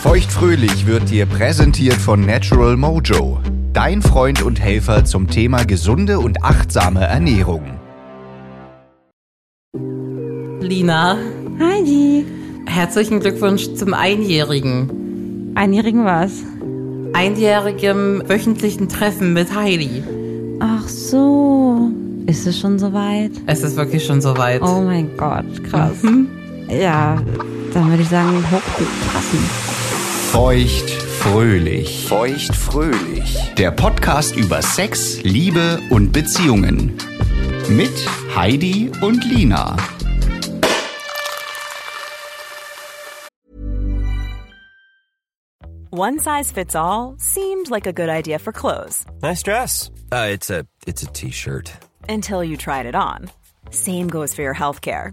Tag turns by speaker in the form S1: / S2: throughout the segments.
S1: Feuchtfröhlich wird dir präsentiert von Natural Mojo, dein Freund und Helfer zum Thema gesunde und achtsame Ernährung.
S2: Lina,
S3: Heidi,
S2: herzlichen Glückwunsch zum Einjährigen.
S3: einjährigen war's.
S2: Einjährigem wöchentlichen Treffen mit Heidi.
S3: Ach so, ist es schon soweit?
S2: Es ist wirklich schon soweit.
S3: Oh mein Gott, krass. Ja, dann würde ich sagen, hoch die Tassen.
S1: Feuchtfröhlich. Feuchtfröhlich. Der Podcast über Sex, Liebe und Beziehungen. Mit Heidi und Lina.
S4: One size fits all seemed like a good idea for clothes
S5: Nice dress. Uh, it's a it's a t-shirt.
S4: until you tried it on. Same goes for your healthcare.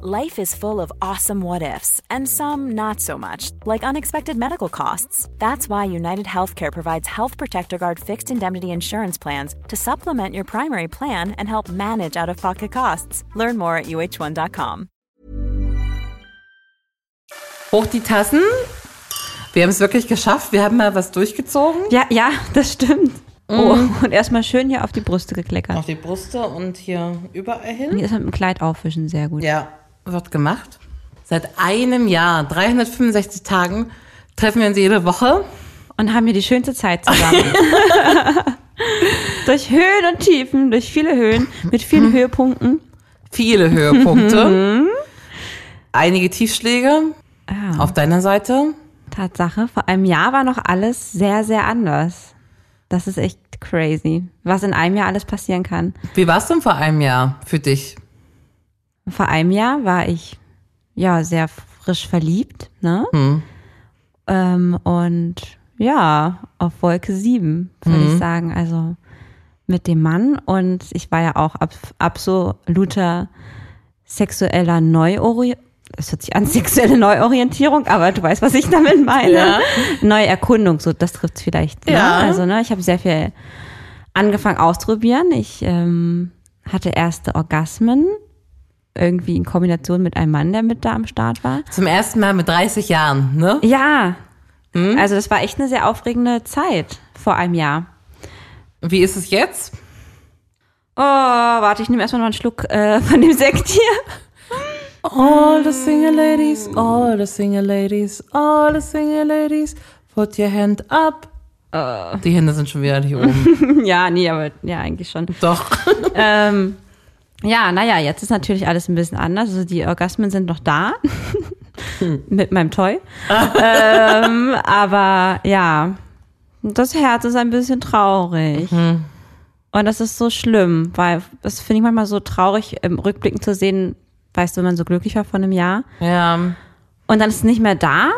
S4: Life is full of awesome what ifs and some not so much, like unexpected medical costs. That's why United Healthcare provides Health Protector Guard fixed indemnity insurance plans to supplement your primary plan and help manage out of pocket costs. Learn more at uh1.com.
S2: Hoch die Tassen. Wir haben es wirklich geschafft. Wir haben mal was durchgezogen.
S3: Ja, ja, das stimmt. Oh, und erstmal schön hier auf die Brüste gekleckert.
S2: Auf die Brüste und hier überall
S3: Mir
S2: hin.
S3: ist mit dem Kleid aufwischen sehr gut.
S2: Ja, wird gemacht. Seit einem Jahr, 365 Tagen, treffen wir uns jede Woche.
S3: Und haben hier die schönste Zeit zusammen. durch Höhen und Tiefen, durch viele Höhen, mit vielen Höhepunkten.
S2: Viele Höhepunkte. Einige Tiefschläge
S3: Ja,
S2: auf deiner Seite.
S3: Tatsache, vor einem Jahr war noch alles sehr, sehr anders. Das ist echt crazy, was in einem Jahr alles passieren kann.
S2: Wie war es denn vor einem Jahr für dich?
S3: Vor einem Jahr war ich ja sehr frisch verliebt, ne?
S2: Mhm.
S3: Ähm, und ja, auf Wolke 7, würde
S2: Mhm.
S3: ich sagen. Also mit dem Mann. Und ich war ja auch ab, absoluter sexueller Neuorientierung. Das hört sich an sexuelle Neuorientierung, aber du weißt, was ich damit meine.
S2: Ja.
S3: Neuerkundung, so das trifft vielleicht. Ne?
S2: Ja.
S3: Also, ne, ich habe sehr viel angefangen auszuprobieren. Ich ähm, hatte erste Orgasmen, irgendwie in Kombination mit einem Mann, der mit da am Start war.
S2: Zum ersten Mal mit 30 Jahren, ne?
S3: Ja, also das war echt eine sehr aufregende Zeit vor einem Jahr.
S2: Wie ist es jetzt?
S3: Oh, warte, ich nehme erstmal noch einen Schluck äh, von dem Sekt hier.
S2: All the single ladies, all the single ladies, all the single ladies, put your hand up. Ah. Die Hände sind schon wieder hier oben.
S3: ja, nee, aber ja, eigentlich schon.
S2: Doch.
S3: Ähm, ja, naja, jetzt ist natürlich alles ein bisschen anders. Also die Orgasmen sind noch da. Mit meinem Toy. ähm, aber ja, das Herz ist ein bisschen traurig. Und das ist so schlimm, weil das finde ich manchmal so traurig, im Rückblicken zu sehen, weißt du, wenn man so glücklich war vor einem Jahr.
S2: Ja.
S3: Und dann ist es nicht mehr da.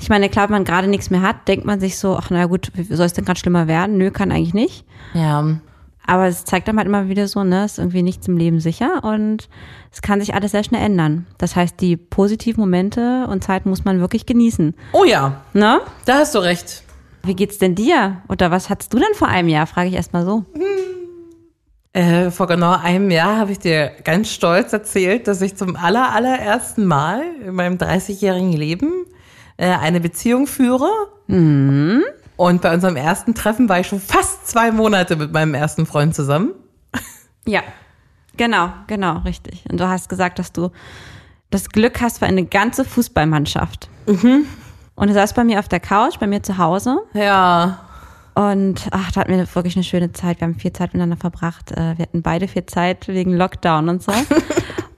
S3: Ich meine, klar, wenn man gerade nichts mehr hat, denkt man sich so, ach na gut, wie soll es denn gerade schlimmer werden? Nö, kann eigentlich nicht.
S2: Ja.
S3: Aber es zeigt dann halt immer wieder so, ne, ist irgendwie nichts im Leben sicher und es kann sich alles sehr schnell ändern. Das heißt, die positiven Momente und Zeiten muss man wirklich genießen,
S2: Oh ja,
S3: ne?
S2: da hast du recht.
S3: Wie geht's denn dir? Oder was hattest du denn vor einem Jahr? Frage ich erstmal so.
S2: Äh, vor genau einem Jahr habe ich dir ganz stolz erzählt, dass ich zum aller, allerersten Mal in meinem 30-jährigen Leben äh, eine Beziehung führe. Mhm. Und bei unserem ersten Treffen war ich schon fast zwei Monate mit meinem ersten Freund zusammen.
S3: Ja. Genau, genau, richtig. Und du hast gesagt, dass du das Glück hast für eine ganze Fußballmannschaft. Mhm. Und du saßt bei mir auf der Couch, bei mir zu Hause
S2: Ja.
S3: Und ach, da hatten wir wirklich eine schöne Zeit. Wir haben viel Zeit miteinander verbracht. Äh, Wir hatten beide viel Zeit wegen Lockdown und so.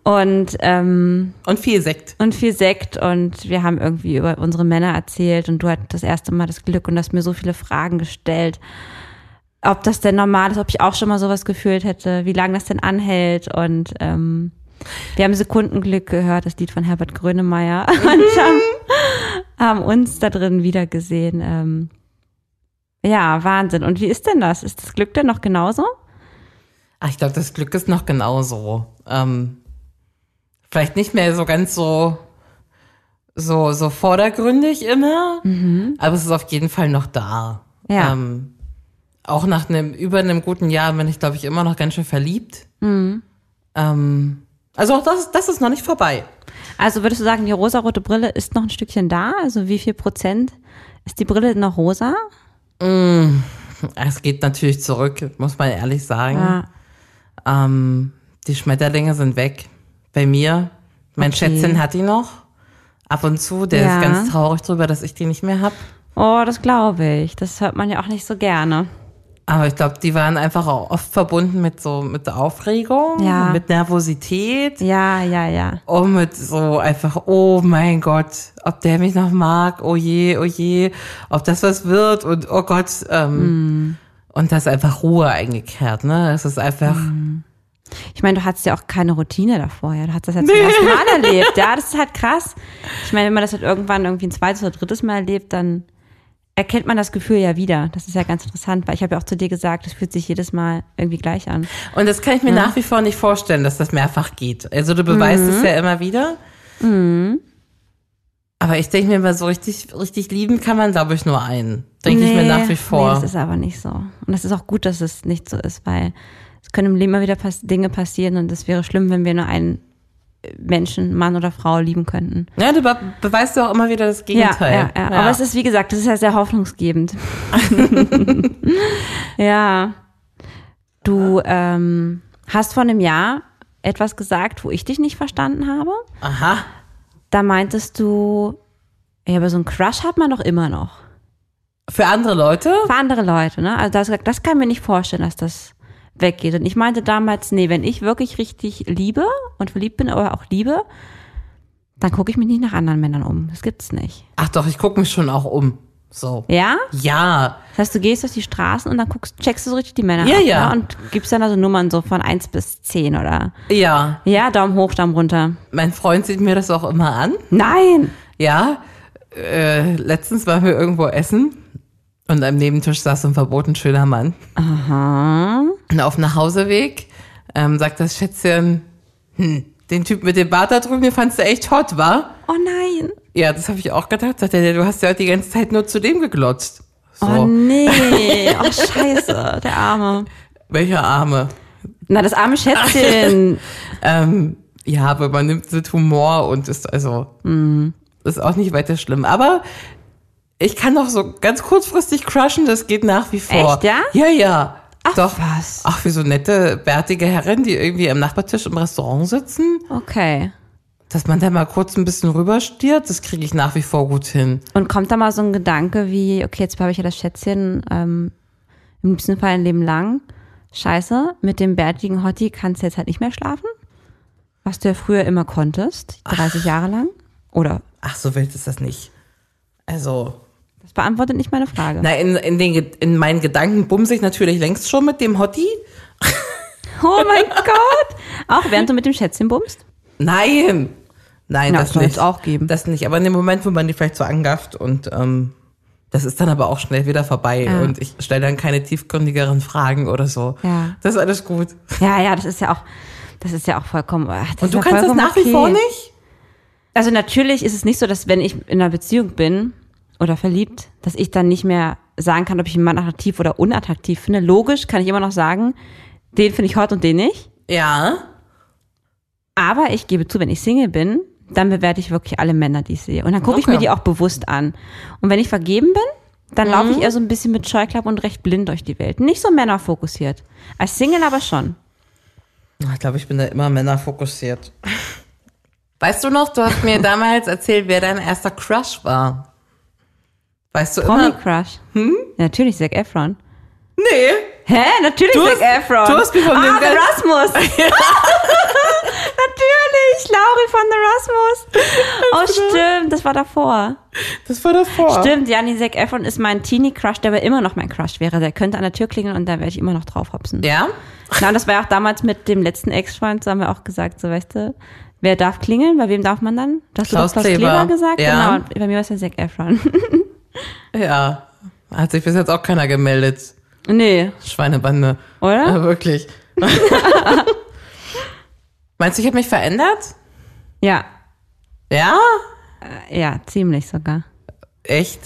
S3: Und ähm,
S2: Und viel Sekt.
S3: und viel Sekt und wir haben irgendwie über unsere Männer erzählt und du hattest das erste Mal das Glück und hast mir so viele Fragen gestellt. Ob das denn normal ist, ob ich auch schon mal sowas gefühlt hätte, wie lange das denn anhält und ähm, wir haben Sekundenglück gehört, das Lied von Herbert Grönemeyer und haben, haben uns da drin wiedergesehen. Ähm, ja, Wahnsinn. Und wie ist denn das? Ist das Glück denn noch genauso?
S2: Ach, Ah, ich glaube, das Glück ist noch genauso. Ähm, vielleicht nicht mehr so ganz so, so, so vordergründig immer, aber es ist auf jeden Fall noch da.
S3: Ja.
S2: Ähm, auch nach einem, über einem guten Jahr bin ich, glaube ich, immer noch ganz schön verliebt. Ähm, also auch das, das ist noch nicht vorbei.
S3: Also würdest du sagen, die rosarote Brille ist noch ein Stückchen da? Also wie viel Prozent ist die Brille noch rosa?
S2: Es geht natürlich zurück, muss man ehrlich sagen. Ähm, die Schmetterlinge sind weg. Bei mir. Mein
S3: Okay.
S2: Schätzchen hat die noch. Ab und zu. Der
S3: Ja.
S2: ist ganz traurig drüber, dass ich die nicht mehr habe.
S3: Oh, das glaube ich. Das hört man ja auch nicht so gerne.
S2: Aber ich glaube, die waren einfach auch oft verbunden mit so mit Aufregung,
S3: Ja.
S2: mit Nervosität.
S3: Ja, ja, ja.
S2: Oh, mit so einfach, oh mein Gott, ob der mich noch mag, oh je, oh je, ob das was wird und oh Gott, ähm,
S3: Hm.
S2: und da ist einfach Ruhe eingekehrt, ne? Es ist einfach,
S3: Hm. Ich meine, du hattest ja auch keine Routine davor. Ja? Du hast das ja zum ersten Mal erlebt. Ja, das ist halt krass. Ich meine, wenn man das halt irgendwann irgendwie ein zweites oder drittes Mal erlebt, dann erkennt man das Gefühl ja wieder. Das ist ja ganz interessant, weil ich habe ja auch zu dir gesagt, es fühlt sich jedes Mal irgendwie gleich an.
S2: Und das kann ich mir nach wie vor nicht vorstellen, dass das mehrfach geht. Also du beweist
S3: Mhm.
S2: es ja immer wieder. Aber ich denke mir mal, so richtig, richtig lieben kann man, glaube ich, nur einen. Denke ich mir
S3: Nee,
S2: nach wie
S3: Nee,
S2: vor.
S3: das ist aber nicht so. Und das ist auch gut, dass es nicht so ist, weil es können im Leben immer wieder pass Dinge passieren und es wäre schlimm, wenn wir nur einen äh, Menschen, Mann oder Frau lieben könnten.
S2: ja, du be beweist ja auch immer wieder das
S3: Ja,
S2: Gegenteil.
S3: ja, ja, Aber es ist, wie gesagt, das ist ja sehr hoffnungsgebend. ja. Du ähm, hast vor einem Jahr etwas gesagt, wo ich dich nicht verstanden habe.
S2: Aha.
S3: Da meintest du, ja, aber so einen Crush hat man doch immer noch.
S2: Für andere Leute?
S3: für andere Leute, ne? Also das, das kann ich mir nicht vorstellen, dass das weggeht. Und ich meinte damals, nee, wenn ich wirklich richtig liebe und verliebt bin, aber auch liebe, dann gucke ich mich nicht nach anderen Männern um. Das gibt's nicht.
S2: Ach doch, ich gucke mich schon auch um. So.
S3: Ja?
S2: Ja.
S3: Das heißt, du gehst durch die Straßen und dann guckst, checkst du so richtig die Männer
S2: Ja,
S3: ab,
S2: ja.
S3: Ne? und gibst dann also Nummern so von 1 bis 10 oder
S2: Ja.
S3: ja, Daumen hoch, Daumen runter.
S2: Mein Freund sieht mir das auch immer an.
S3: Nein!
S2: Ja, äh, letztens waren wir irgendwo essen und am Nebentisch saß so ein verboten schöner Mann. Aha. Und auf dem Nachhauseweg ähm, sagt das Schätzchen, hm, den Typ mit dem Bart da drüben, den fandst du echt hot, war?
S3: Oh nein!
S2: Ja, das habe ich auch gedacht. Sagt er, du hast ja die ganze Zeit nur zu dem geglotzt. So,
S3: Oh nee! Oh scheiße, der Arme.
S2: welche Arme?
S3: Na, das arme Schätzchen.
S2: Ähm, ja, aber man nimmt den Humor und ist also ist auch nicht weiter schlimm. Aber ich kann doch so ganz kurzfristig crushen, das geht nach wie vor.
S3: Echt, ja?
S2: Ja, ja. Ach, doch.
S3: was.
S2: Ach, wie so nette, bärtige Herren, die irgendwie am Nachbartisch im Restaurant sitzen,
S3: Okay.
S2: dass man da mal kurz ein bisschen rüberstiert, das kriege ich nach wie vor gut hin.
S3: Und kommt da mal so ein Gedanke wie, okay, jetzt habe ich ja das Schätzchen, ähm, im liebsten Fall ein Leben lang. Scheiße, mit dem bärtigen Hottie kannst du jetzt halt nicht mehr schlafen? Was du ja früher immer konntest, 30 Jahre lang? Oder?
S2: Ach, so wild ist das nicht. Also,
S3: Das beantwortet nicht meine Frage.
S2: na, in, in, den, Ge- in meinen Gedanken bumse ich natürlich längst schon mit dem Hottie.
S3: Oh mein Gott! Auch während du mit dem Schätzchen bummst?
S2: Nein. Nein,
S3: Na,
S2: das
S3: soll's
S2: nicht.
S3: auch geben.
S2: Das nicht. Aber in dem Moment, wo man die vielleicht so angafft und ähm, das ist dann aber auch schnell wieder vorbei
S3: Ja.
S2: und ich stelle dann keine tiefgründigeren Fragen oder so.
S3: Ja.
S2: Das ist alles gut.
S3: Ja, ja, das ist ja auch, das ist ja auch vollkommen. ach, das ist
S2: Und du
S3: ja
S2: kannst das
S3: vollkommen
S2: nach wie
S3: okay.
S2: vor nicht?
S3: Also natürlich ist es nicht so, dass wenn ich in einer Beziehung bin oder verliebt, dass ich dann nicht mehr sagen kann, ob ich einen Mann attraktiv oder unattraktiv finde. Logisch kann ich immer noch sagen, den finde ich hot und den nicht.
S2: Ja.
S3: Aber ich gebe zu, wenn ich Single bin, dann bewerte ich wirklich alle Männer, die ich sehe. Und dann gucke ich
S2: Okay.
S3: mir die auch bewusst an. Und wenn ich vergeben bin, dann laufe ich eher so ein bisschen mit Scheuklapp und recht blind durch die Welt. Nicht so männerfokussiert. Als Single aber schon.
S2: Ich glaube, ich bin da immer männerfokussiert. Weißt du noch, du hast mir damals erzählt, wer dein erster Crush war. Weißt du
S3: Promi
S2: immer?
S3: Crush. Hm? Natürlich Zac Efron.
S2: Nee.
S3: Hä? Natürlich
S2: Du
S3: Zac
S2: hast-
S3: Efron.
S2: du hast mir von
S3: ah,
S2: dem
S3: The
S2: ganz-
S3: Rasmus. Natürlich. von Erasmus. Oh, stimmt, das war davor.
S2: Das war davor.
S3: Stimmt, Janni Zac Efron ist mein Teenie-Crush, der aber immer noch mein Crush wäre. Der könnte an der Tür klingeln und da werde ich immer noch drauf hopsen.
S2: Ja?
S3: Na, und das war ja auch damals mit dem letzten Ex-Freund, so haben wir auch gesagt, so weißt du, wer darf klingeln, bei wem darf man dann? Das
S2: Klaus
S3: hast du doch
S2: Kleber.
S3: gesagt,
S2: Ja.
S3: genau. Und bei mir war es ja Zac Efron.
S2: Ja. Hat sich bis jetzt auch keiner gemeldet.
S3: nee,
S2: Schweinebande.
S3: oder?
S2: Ja, wirklich. Meinst du, ich habe mich verändert?
S3: Ja,
S2: Ja?
S3: ja, ziemlich sogar.
S2: Echt?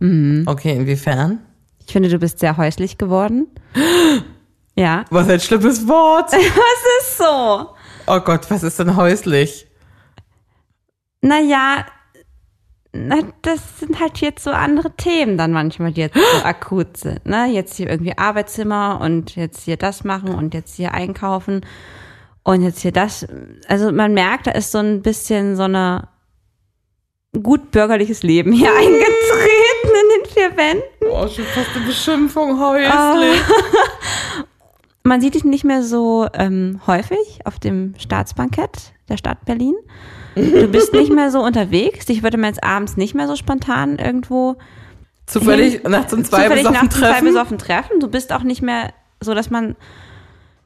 S3: Mhm.
S2: Okay, inwiefern?
S3: Ich finde, du bist sehr häuslich geworden. Ja.
S2: Was ein schlimmes Wort.
S3: Was ist so?
S2: Oh Gott, was ist denn häuslich?
S3: Naja, na, das sind halt jetzt so andere Themen dann manchmal, die jetzt so akut sind. Ne? Jetzt hier irgendwie Arbeitszimmer und jetzt hier das machen und jetzt hier einkaufen und jetzt hier das. Also man merkt, da ist so ein bisschen so eine gut bürgerliches Leben hier eingetreten in den vier Wänden.
S2: Oh, schon fast eine Beschimpfung häuslich.
S3: Ah. Man sieht dich nicht mehr so ähm, häufig auf dem Staatsbankett der Stadt Berlin. Du bist nicht mehr so unterwegs. Dich würde man jetzt abends nicht mehr so spontan irgendwo
S2: Zufällig nachts um zwei
S3: zufällig
S2: besoffen
S3: nachts um zwei
S2: treffen.
S3: besoffen treffen. Du bist auch nicht mehr so, dass man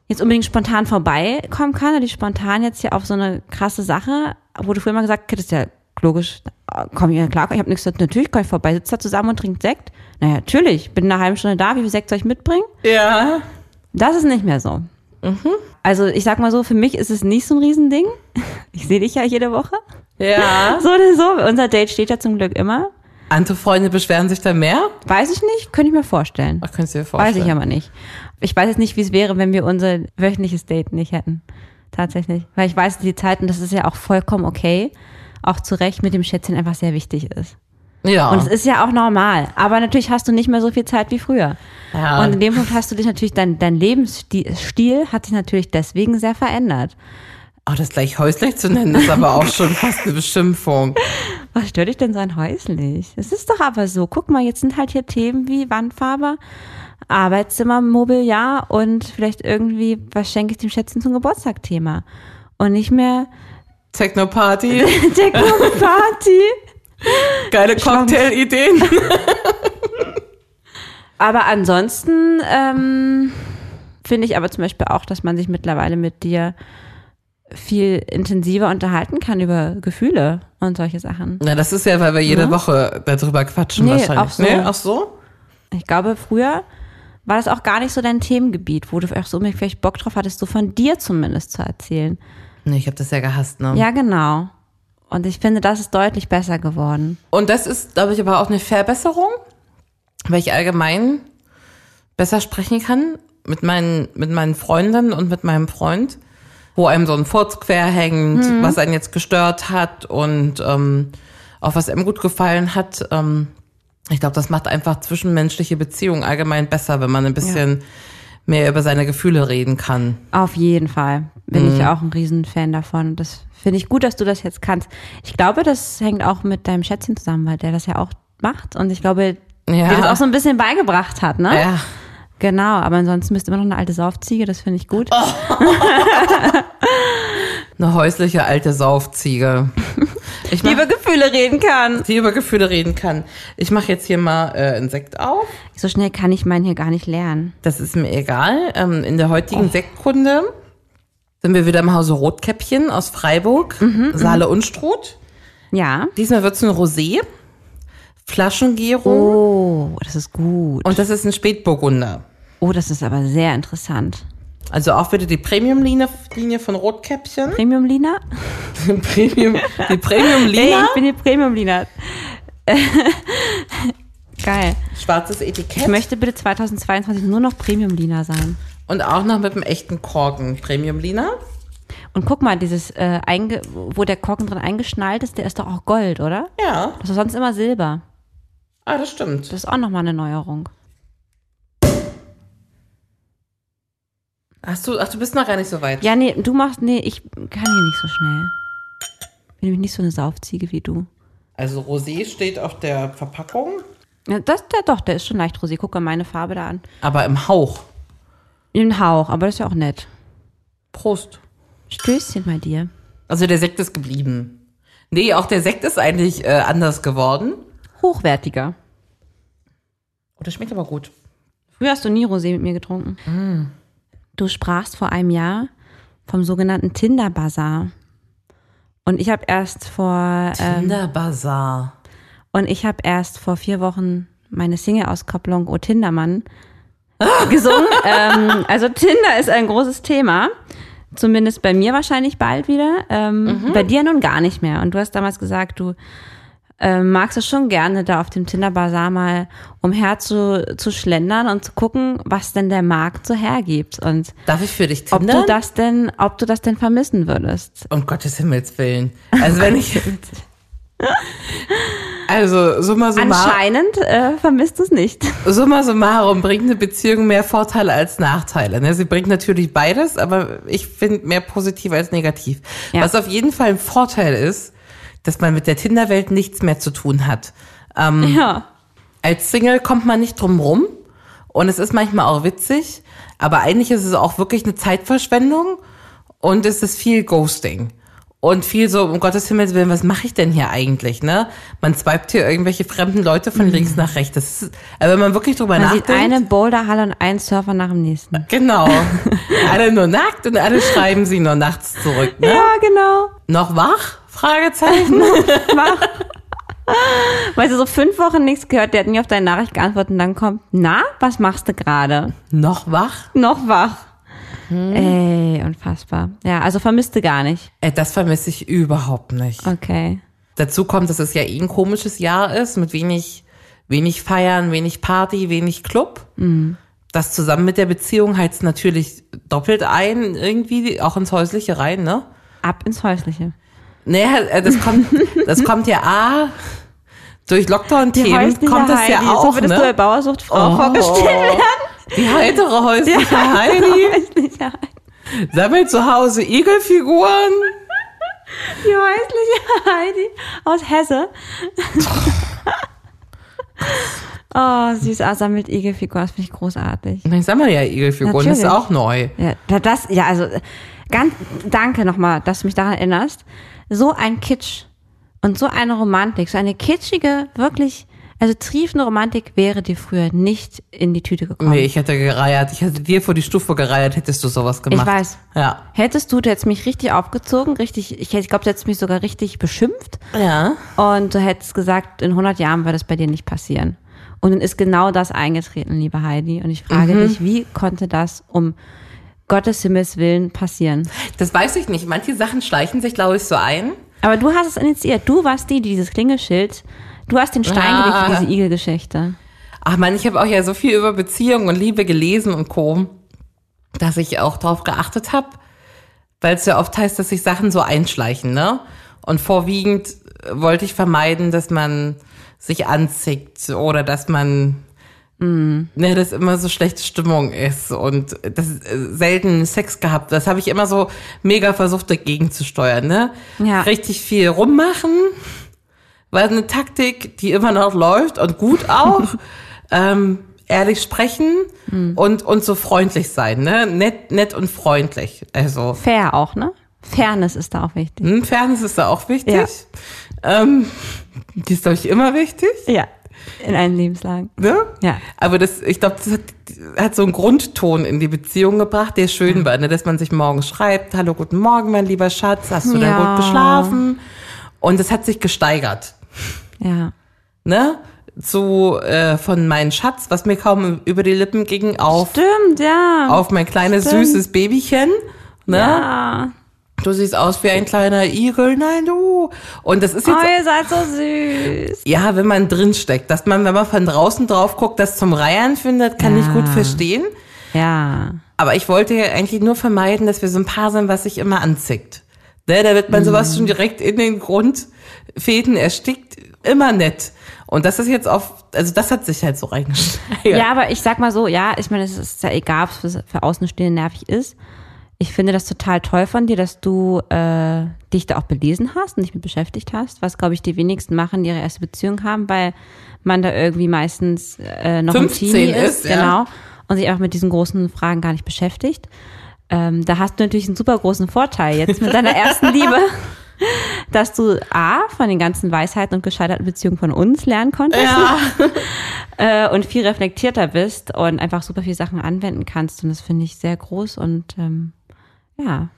S3: jetzt unbedingt spontan vorbeikommen kann oder die spontan jetzt hier auf so eine krasse Sache, wo du früher mal gesagt hättest, ja logisch, komm ja klar, ich habe nichts gesagt, natürlich komm ich vorbei, sitzt da zusammen und trinkt Sekt. Naja, natürlich, bin in einer halben Stunde da, wie viel Sekt soll ich mitbringen?
S2: Ja.
S3: Das ist nicht mehr so.
S2: Mhm.
S3: Also ich sag mal so, für mich ist es nicht so ein Riesending. Ich sehe dich ja jede Woche.
S2: Ja.
S3: So oder so, unser Date steht ja zum Glück immer.
S2: Andere Freunde beschweren sich da mehr?
S3: Weiß ich nicht, könnte ich mir vorstellen.
S2: Ach, kannst du dir vorstellen.
S3: Weiß ich aber nicht. Ich weiß jetzt nicht, wie es wäre, wenn wir unser wöchentliches Date nicht hätten. Tatsächlich. Weil ich weiß, die Zeiten, das ist ja auch vollkommen okay. Auch zu Recht mit dem Schätzchen einfach sehr wichtig ist.
S2: Ja.
S3: Und es ist ja auch normal. Aber natürlich hast du nicht mehr so viel Zeit wie früher.
S2: ja.
S3: Und in dem Punkt hast du dich natürlich, dein, dein Lebensstil hat sich natürlich deswegen sehr verändert.
S2: oh, das gleich häuslich zu nennen, ist aber auch schon fast eine Beschimpfung.
S3: Was stört dich denn so an häuslich? Es ist doch aber so. Guck mal, jetzt sind halt hier Themen wie Wandfarbe, Arbeitszimmer, Mobiliar und vielleicht irgendwie, was schenke ich dem Schätzen zum Geburtstag Thema. Und nicht mehr
S2: Techno-Party,
S3: Techno-Party.
S2: geile Cocktail-Ideen.
S3: aber ansonsten ähm, finde ich aber zum Beispiel auch, dass man sich mittlerweile mit dir viel intensiver unterhalten kann über Gefühle und solche Sachen.
S2: Na, das ist ja, weil wir jede Woche darüber quatschen
S3: Nee,
S2: wahrscheinlich.
S3: auch so.
S2: Nee, auch so?
S3: Ich glaube, früher war das auch gar nicht so dein Themengebiet, wo du auch so unbedingt vielleicht Bock drauf hattest, so von dir zumindest zu erzählen.
S2: Nee, ich habe das ja gehasst, ne?
S3: Ja, genau. Und ich finde, das ist deutlich besser geworden.
S2: Und das ist, glaube ich, aber auch eine Verbesserung, weil ich allgemein besser sprechen kann mit meinen, mit meinen Freundinnen und mit meinem Freund, wo einem so ein Furz querhängt, was einen jetzt gestört hat und ähm, auch was einem gut gefallen hat. Ähm, ich glaube, das macht einfach zwischenmenschliche Beziehungen allgemein besser, wenn man ein bisschen mehr über seine Gefühle reden kann.
S3: Auf jeden Fall bin
S2: Mhm.
S3: ich auch ein Riesenfan davon. Das finde ich gut, dass du das jetzt kannst. Ich glaube, das hängt auch mit deinem Schätzchen zusammen, weil der das ja auch macht. Und ich glaube,
S2: Ja.
S3: dir das auch so ein bisschen beigebracht hat, ne?
S2: Ja.
S3: Genau, aber ansonsten bist du immer noch eine alte Saufziege, das finde ich gut.
S2: Oh. Eine häusliche alte Saufziege. Ich
S3: Die
S2: mach,
S3: über Gefühle reden kann.
S2: die über Gefühle reden kann. Ich mache jetzt hier mal äh, einen Sekt auf.
S3: So schnell kann ich meinen hier gar nicht lernen.
S2: Das ist mir egal. Ähm, in der
S3: Oh.
S2: heutigen Sektkunde sind wir wieder im Hause Rotkäppchen aus Freiburg,
S3: Mhm,
S2: Saale und Struth.
S3: Ja.
S2: Diesmal wird's ein Rosé, Flaschengärung
S3: Oh, das ist gut.
S2: und das ist ein Spätburgunder.
S3: Oh, das ist aber sehr interessant.
S2: Also auch wieder die Premium-Linie Linie von Rotkäppchen.
S3: Premium Lina?
S2: Premium, die Premium-Linie,
S3: Hey, ich bin die Premium Lina. Geil.
S2: schwarzes
S3: Ich
S2: Etikett
S3: möchte bitte 2022 nur noch Premium Lina sein.
S2: und auch noch mit einem echten Korken. Premium-Lina.
S3: Und guck mal, dieses, äh, einge wo der Korken drin eingeschnallt ist, der ist doch auch Gold, oder?
S2: Ja,
S3: Das ist sonst immer Silber.
S2: ah, das stimmt.
S3: Das ist auch nochmal eine Neuerung.
S2: Hast du, ach, du bist noch gar nicht so weit.
S3: Ja, nee, du machst, nee, ich kann hier nicht so schnell. Ich bin nämlich nicht so eine Saufziege wie du.
S2: Also Rosé steht auf der Verpackung,
S3: Ja, Das, der, doch, der ist schon leicht rosé. Guck mal meine Farbe da an.
S2: aber im Hauch.
S3: Einen Hauch, aber das ist ja auch nett.
S2: Prost.
S3: Stößchen bei dir.
S2: Also der Sekt ist geblieben. Nee, auch der Sekt ist eigentlich äh, anders geworden.
S3: Hochwertiger.
S2: Und Oh, das schmeckt aber gut.
S3: Früher hast du nie Rosé mit mir getrunken. Du sprachst vor einem Jahr vom sogenannten Tinder-Bazar. Und ich habe erst vor ähm,
S2: Tinder-Bazar.
S3: und ich habe erst vor vier Wochen meine Single-Auskopplung O Tindermann äh, gesungen. ähm, also Tinder ist ein großes Thema. Zumindest bei mir wahrscheinlich bald wieder. Ähm, Bei dir nun gar nicht mehr. Und du hast damals gesagt, du ähm, magst es schon gerne, da auf dem Tinder-Bazar mal umher zu, zu schlendern und zu gucken, was denn der Markt so hergibt. Und
S2: Darf ich für dich
S3: ob
S2: Tinder?
S3: du das denn, ob du das denn vermissen würdest.
S2: Um Gottes Himmels Willen. Also wenn ich. Also summa summarum,
S3: Anscheinend äh, vermisst du es nicht.
S2: summa summarum bringt eine Beziehung mehr Vorteile als Nachteile. Ne? Sie bringt natürlich beides, aber ich finde mehr positiv als negativ.
S3: Ja.
S2: Was auf jeden Fall ein Vorteil ist, dass man mit der Tinder-Welt nichts mehr zu tun hat.
S3: Ja.
S2: als Single kommt man nicht drum rum und es ist manchmal auch witzig, aber eigentlich ist es auch wirklich eine Zeitverschwendung und es ist viel Ghosting. Und viel so, um Gottes Himmels Willen, was mache ich denn hier eigentlich, ne? Man swipet hier irgendwelche fremden Leute von links nach rechts. Das ist, aber wenn man wirklich drüber
S3: Mhm. Man sieht
S2: nachdenkt.
S3: eine Boulderhalle und einen Surfer nach dem nächsten. Ne?
S2: genau. alle nur nackt und alle schreiben sie nur nachts zurück, ne?
S3: Ja, genau.
S2: Noch wach? Fragezeichen.
S3: Weil du so fünf Wochen nichts gehört, der hat nie auf deine Nachricht geantwortet und dann kommt, na, was machst du gerade?
S2: Noch wach?
S3: Noch wach. Hm. Ey, unfassbar. Ja, also vermisst du gar nicht.
S2: Äh, Das vermisse ich überhaupt nicht.
S3: Okay.
S2: Dazu kommt, dass es ja eh ein komisches Jahr ist, mit wenig, wenig Feiern, wenig Party, wenig Club.
S3: Mhm.
S2: Das zusammen mit der Beziehung heizt natürlich doppelt ein, irgendwie, auch ins Häusliche rein, ne?
S3: Ab ins Häusliche.
S2: Naja, äh, das kommt, das kommt ja A, durch Lockdown-Themen
S3: häusliche
S2: kommt das ja
S3: Heidi.
S2: auch,
S3: So würdest du bei
S2: ne?
S3: Bauersuchtfrau
S2: Oh.
S3: vorgestellt werden.
S2: Die heitere häusliche Heidi
S3: Häusliche genau, Heidi.
S2: sammelt zu Hause Igelfiguren.
S3: Die häusliche Heidi aus Hesse. oh, süß, ah, sammelt Igelfigur. Das finde ich großartig.
S2: Ich sammle ja Igelfiguren, das ist
S3: Natürlich.
S2: auch neu.
S3: Ja, da- das, ja, also äh, ganz, danke nochmal, dass du mich daran erinnerst. So ein Kitsch und so eine Romantik, so eine kitschige, wirklich, also triefende Romantik wäre dir früher nicht in die Tüte gekommen.
S2: Nee, ich hätte gereiert, ich hätte dir vor die Stufe gereiert, hättest du sowas gemacht.
S3: weiß.
S2: Ja.
S3: Hättest du, du hättest mich richtig aufgezogen, richtig, ich, hätt- ich glaube, du hättest mich sogar richtig beschimpft
S2: Ja.
S3: und du hättest gesagt, in 100 Jahren wird das bei dir nicht passieren. Und dann ist genau das eingetreten, liebe Heidi. Und ich frage dich, wie konnte das um Gottes Himmels Willen passieren?
S2: Das weiß ich nicht. Manche Sachen schleichen sich, glaube ich, so ein.
S3: Aber du hast es initiiert. Du warst die, die dieses Klingelschild, du hast den Stein gelegt
S2: Ah.
S3: für diese Igelgeschichte.
S2: Ach man, ich habe auch ja so viel über Beziehung und Liebe gelesen und Co., dass ich auch drauf geachtet habe, weil es ja oft heißt, dass sich Sachen so einschleichen, ne? Und vorwiegend äh, wollte ich vermeiden, dass man sich anzieht oder dass man, ne, dass immer so schlechte Stimmung ist und das äh, selten Sex gehabt. Das habe ich immer so mega versucht dagegen zu steuern, ne?
S3: Ja.
S2: Richtig viel rummachen, war eine Taktik, die immer noch läuft und gut auch. ähm, ehrlich sprechen und, und so freundlich sein, ne? Nett, nett und freundlich. Also,
S3: Fair auch, ne? Fairness ist da auch wichtig.
S2: hm, Fairness ist da auch wichtig.
S3: Ja.
S2: Ähm, die ist, glaube ich, immer wichtig.
S3: Ja. In allen Lebenslagen.
S2: Ne?
S3: Ja.
S2: Aber das, ich glaube, das hat, hat so einen Grundton in die Beziehung gebracht, der
S3: Mhm.
S2: schön war, ne? dass man sich morgens schreibt, hallo, guten Morgen, mein lieber Schatz, hast du denn
S3: Ja.
S2: gut geschlafen? Und das hat sich gesteigert.
S3: Ja.
S2: ne, zu äh, von meinem Schatz, was mir kaum über die Lippen ging, auf,
S3: Stimmt, ja.
S2: auf mein kleines
S3: Stimmt.
S2: süßes Babychen. Ne?
S3: ja.
S2: Du siehst aus wie ein kleiner Igel, nein du. Und das ist
S3: Oh,
S2: jetzt,
S3: ihr seid so süß.
S2: ja, wenn man drin steckt, dass man, wenn man von draußen drauf guckt, das zum Reihen findet, kann ich gut verstehen.
S3: Ja.
S2: Aber ich wollte ja eigentlich nur vermeiden, dass wir so ein Paar sind, was sich immer anzickt. Ne, da wird man sowas schon direkt in den Grundfäden erstickt. Immer nett. Und das ist jetzt auf, also das hat sich halt so reingeschneidert.
S3: Ja, aber ich sag mal so, ja, ich meine, es ist ja egal, ob es für, für Außenstehende nervig ist. Ich finde das total toll von dir, dass du äh, dich da auch belesen hast und dich mit beschäftigt hast, was, glaube ich, die wenigsten machen, die ihre erste Beziehung haben, weil man da irgendwie meistens äh, noch ein
S2: 15
S3: Teenie
S2: ist,
S3: ist,
S2: ja.
S3: genau, und sich einfach mit diesen großen Fragen gar nicht beschäftigt. ähm, da hast du natürlich einen super großen Vorteil jetzt mit deiner ersten Liebe, dass du A, von den ganzen Weisheiten und gescheiterten Beziehungen von uns lernen konntest äh, und viel reflektierter bist und einfach super viele Sachen anwenden kannst. Und das finde ich sehr groß und ähm, ja,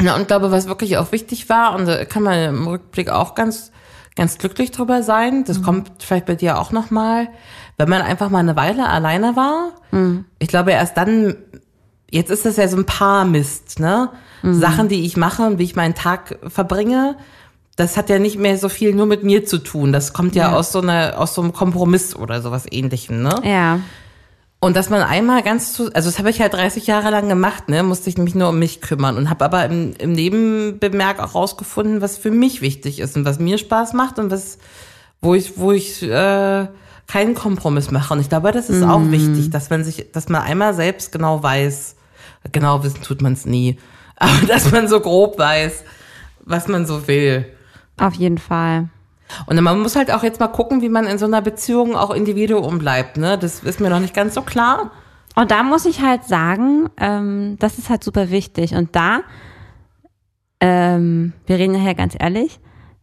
S2: Ja, und glaube, was wirklich auch wichtig war, und da kann man im Rückblick auch ganz, ganz glücklich drüber sein, das kommt vielleicht bei dir auch nochmal, wenn man einfach mal eine Weile alleine war, ich glaube, erst dann, jetzt ist das ja so ein paar Mist, ne? Sachen, die ich mache und wie ich meinen Tag verbringe, das hat ja nicht mehr so viel nur mit mir zu tun. Das kommt ja, aus so einer, aus so einem Kompromiss oder sowas ähnlichem, ne?
S3: ja,
S2: Und dass man einmal ganz zu, also das habe ich halt 30 Jahre lang gemacht, ne, musste ich mich nur um mich kümmern und habe aber im, im Nebenbemerk auch rausgefunden, was für mich wichtig ist und was mir Spaß macht und was, wo ich, wo ich äh, keinen Kompromiss mache. Und ich glaube, das ist auch wichtig, dass man sich, dass man einmal selbst genau weiß, genau wissen tut man es nie, aber dass man so grob weiß, was man so will.
S3: auf jeden Fall.
S2: Und man muss halt auch jetzt mal gucken, wie man in so einer Beziehung auch Individuum bleibt, ne? Das ist mir noch nicht ganz so klar.
S3: Und da muss ich halt sagen, ähm, das ist halt super wichtig. Und da, ähm, wir reden nachher ganz ehrlich,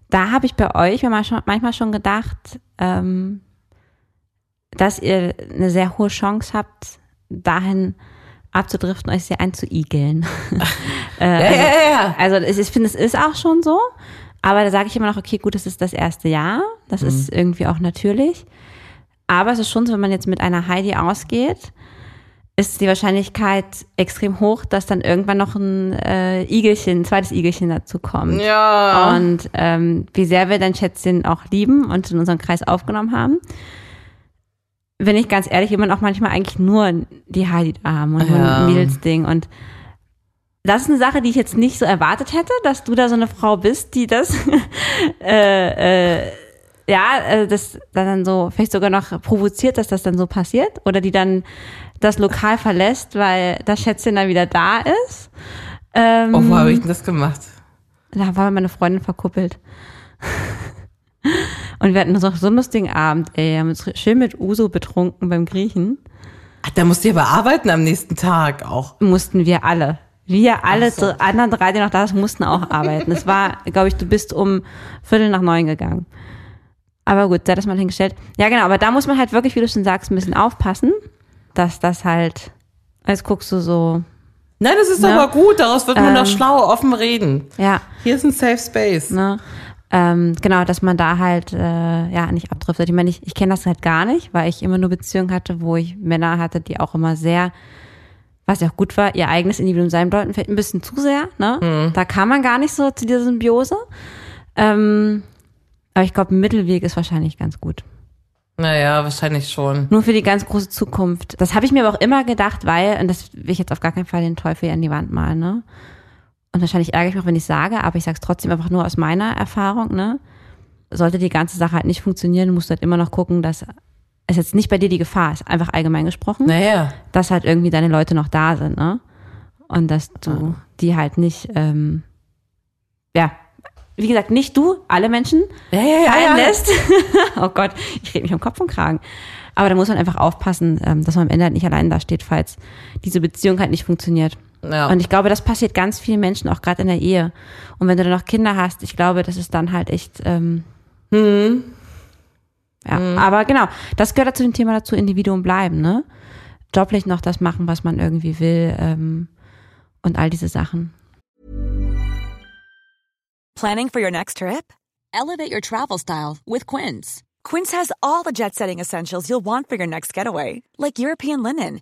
S3: da habe ich bei euch mir mal schon- manchmal schon gedacht, ähm, dass ihr eine sehr hohe Chance habt, dahin abzudriften, euch sehr einzuigeln. Äh,
S2: Ja, ja, ja.
S3: Also es ist- ich finde, es ist auch schon so. Aber da sage ich immer noch, okay, gut, das ist das erste Jahr. Das ist irgendwie auch natürlich. Aber es ist schon so, wenn man jetzt mit einer Heidi ausgeht, ist die Wahrscheinlichkeit extrem hoch, dass dann irgendwann noch ein äh, Igelchen, ein zweites Igelchen dazu kommt.
S2: Ja.
S3: Und ähm, wie sehr wir dein Schätzchen auch lieben und in unseren Kreis aufgenommen haben, bin ich ganz ehrlich, immer noch manchmal eigentlich nur die Heidi arm und nur
S2: Ja.
S3: ein Mädelsding. Und das ist eine Sache, die ich jetzt nicht so erwartet hätte, dass du da so eine Frau bist, die das, äh, äh, ja, äh, das dann so vielleicht sogar noch provoziert, dass das dann so passiert oder die dann das Lokal verlässt, weil das Schätzchen dann wieder da ist. Ähm,
S2: Oh, wo habe ich denn das gemacht?
S3: da war meine Freundin verkuppelt. Und wir hatten so, so einen lustigen Abend, ey. Wir haben uns schön mit Uso betrunken beim Griechen.
S2: Ach, Ah, da musst du ja bearbeiten am nächsten Tag auch.
S3: Mussten wir alle. Wir alle,
S2: Ach so.
S3: dr- anderen drei, die noch da sind, mussten auch arbeiten. Es war, glaube ich, du bist um Viertel nach neun gegangen. Aber gut, sei das mal hingestellt. Ja, genau, aber da muss man halt wirklich, wie du schon sagst, ein bisschen aufpassen, dass das halt, jetzt guckst du so,
S2: Nein, das ist aber gut, daraus wird man doch schlau, offen reden.
S3: ja,
S2: Hier ist ein Safe Space.
S3: ne? Ähm, genau, dass man da halt äh, ja nicht abdriftet. Ich meine, ich, ich kenne das halt gar nicht, weil ich immer nur Beziehungen hatte, wo ich Männer hatte, die auch immer sehr, was ja auch gut war, ihr eigenes Individuum sein wollten, vielleicht ein bisschen zu sehr. Ne? Da kam man gar nicht so zu dieser Symbiose. Ähm, aber ich glaube, ein Mittelweg ist wahrscheinlich ganz gut.
S2: Naja, wahrscheinlich schon.
S3: Nur für die ganz große Zukunft. Das habe ich mir aber auch immer gedacht, weil, und das will ich jetzt auf gar keinen Fall den Teufel an die Wand malen, ne? Und wahrscheinlich ärgere ich mich auch, wenn ich sage, aber ich sage es trotzdem einfach nur aus meiner Erfahrung, ne? Sollte die ganze Sache halt nicht funktionieren, musst du halt immer noch gucken, dass es jetzt nicht bei dir die Gefahr ist, einfach allgemein gesprochen,
S2: Naja.
S3: dass halt irgendwie deine Leute noch da sind, ne? Und dass du die halt nicht, ähm, ja, wie gesagt, nicht du, alle Menschen,
S2: Ja, ja, Ah, ja,
S3: fallen
S2: ja.
S3: lässt. oh Gott, ich rede mich um Kopf und Kragen. Aber da muss man einfach aufpassen, ähm, dass man am Ende halt nicht allein dasteht, falls diese Beziehung halt nicht funktioniert.
S2: Ja.
S3: Und ich glaube, das passiert ganz vielen Menschen, auch gerade in der Ehe. Und wenn du dann noch Kinder hast, ich glaube, das ist dann halt echt. Ähm,
S2: Mhm.
S3: Ja, aber genau, das gehört ja zu dem Thema dazu, Individuum bleiben, ne? Joblich noch das machen, was man irgendwie will ähm, und all diese Sachen.
S4: Planning for your next trip? Elevate your travel style with Quince. Quince has all the jet setting essentials you'll want for your next getaway, like European linen,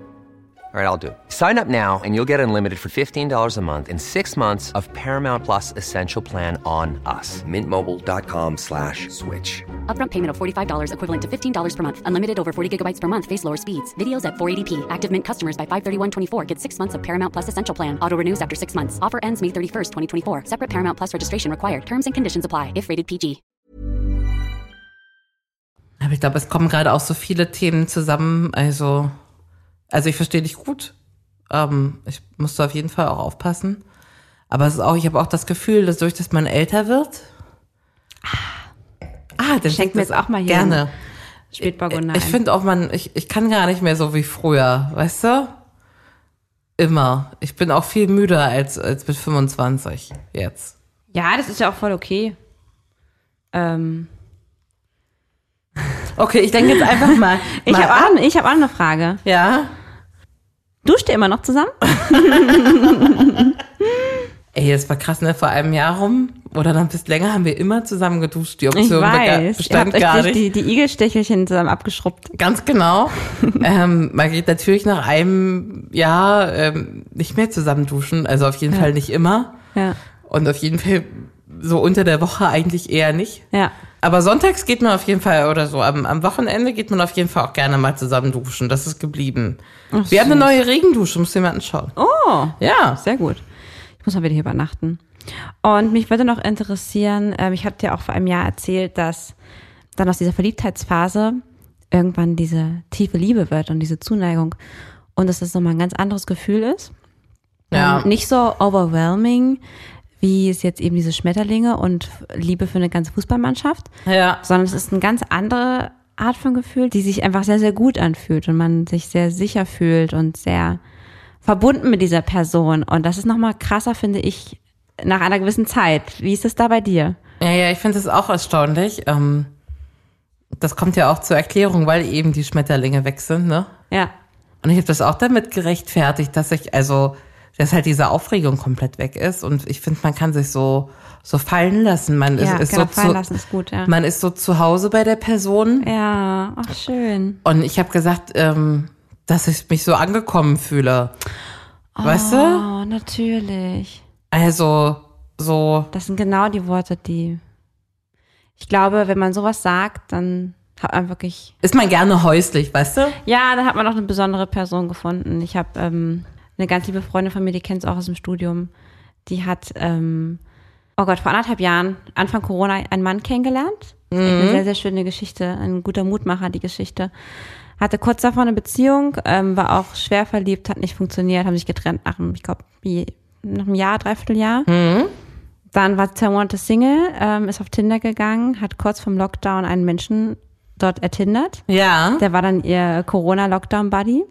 S6: All right, I'll do it. Sign up now and you'll get unlimited for $15 a month in six months of Paramount Plus Essential Plan on us. Mintmobile.com slash switch.
S7: Upfront payment of $45 equivalent to $15 per month. Unlimited over 40 gigabytes per month. Face lower speeds. Videos at 480p. Active Mint customers by 531.24 get six months of Paramount Plus Essential Plan. Auto renews after six months. Offer ends May 31st, 2024. Separate Paramount Plus registration required. Terms and conditions apply if rated PG.
S2: Aber ich glaube, es kommen gerade auch so viele Themen zusammen. Also, also ich verstehe dich gut. Ähm, ich muss da auf jeden Fall auch aufpassen. Aber es ist auch, ich habe auch das Gefühl, dass durch, dass man älter wird. Ah, dann
S3: Schenk mir
S2: das
S3: jetzt auch mal hier
S2: Gerne.
S3: Spätburgunder.
S2: Äh, Ich
S3: ein.
S2: finde auch, man, ich, ich kann gar nicht mehr so wie früher, weißt du? Immer. Ich bin auch viel müder als, als mit 25 jetzt.
S3: ja, das ist ja auch voll okay. Ähm,
S2: Okay, ich denke jetzt einfach mal.
S3: ich
S2: mal
S3: habe
S2: ab.
S3: auch, ich hab auch eine Frage.
S2: Ja.
S3: Duscht ihr immer noch zusammen?
S2: Ey, das war krass, ne? Vor einem Jahr rum oder noch ein bisschen länger haben wir immer zusammen geduscht. Die
S3: Ich
S2: Option bega-
S3: weiß. Ihr
S2: bestand
S3: habt euch
S2: gar
S3: durch
S2: nicht.
S3: die, die Igelstechelchen zusammen abgeschrubbt.
S2: Ganz genau. ähm, man geht natürlich nach einem Jahr ähm, nicht mehr zusammen duschen. Also auf jeden Fall nicht immer.
S3: Ja.
S2: Und auf jeden Fall so unter der Woche eigentlich eher nicht.
S3: Ja.
S2: Aber sonntags geht man auf jeden Fall oder so. Am, am Wochenende geht man auf jeden Fall auch gerne mal zusammen duschen. Das ist geblieben. wir haben eine neue Regendusche, muss jemand anschauen.
S3: Oh.
S2: Ja.
S3: Sehr gut. Ich muss mal wieder hier übernachten. Und mich würde noch interessieren, ähm, ich habe dir auch vor einem Jahr erzählt, dass dann aus dieser Verliebtheitsphase irgendwann diese tiefe Liebe wird und diese Zuneigung und dass das nochmal ein ganz anderes Gefühl ist.
S2: Ja.
S3: Ähm, Nicht so overwhelming, wie es jetzt eben diese Schmetterlinge und Liebe für eine ganze Fußballmannschaft,
S2: Ja.
S3: sondern es ist eine ganz andere Art von Gefühl, die sich einfach sehr, sehr gut anfühlt und man sich sehr sicher fühlt und sehr verbunden mit dieser Person. Und das ist nochmal krasser, finde ich, nach einer gewissen Zeit. Wie ist es da bei dir?
S2: Ja, ja, ich finde es auch erstaunlich. Ähm, das kommt ja auch zur Erklärung, weil eben die Schmetterlinge weg sind, ne?
S3: Ja.
S2: Und ich habe das auch damit gerechtfertigt, dass ich, also, dass halt diese Aufregung komplett weg ist. Und ich finde, man kann sich so, so fallen lassen. Man
S3: Ja,
S2: ist, ist
S3: genau,
S2: so
S3: fallen
S2: zu,
S3: lassen ist gut, ja.
S2: Man ist so zu Hause bei der Person.
S3: Ja, ach schön.
S2: Und ich habe gesagt, ähm, dass ich mich so angekommen fühle. Weißt du?
S3: Oh, natürlich.
S2: Also, so,
S3: Das sind genau die Worte, die ich glaube, wenn man sowas sagt, dann hat man wirklich
S2: ist man gerne häuslich, weißt du?
S3: Ja, da hat man auch eine besondere Person gefunden. Ich habe ähm, eine ganz liebe Freundin von mir, die kennt es auch aus dem Studium. Die hat, ähm, oh Gott, vor anderthalb Jahren, Anfang Corona, einen Mann kennengelernt. Das ist echt Eine sehr, sehr schöne Geschichte, ein guter Mutmacher, die Geschichte. Hatte kurz davor eine Beziehung, ähm, war auch schwer verliebt, hat nicht funktioniert, haben sich getrennt nach einem, ich glaube, nach einem Jahr, Dreivierteljahr. Dann war zwei Monate Single, ähm, ist auf Tinder gegangen, hat kurz vom Lockdown einen Menschen dort ertindert.
S2: Ja.
S3: Der war dann ihr Corona-Lockdown-Buddy.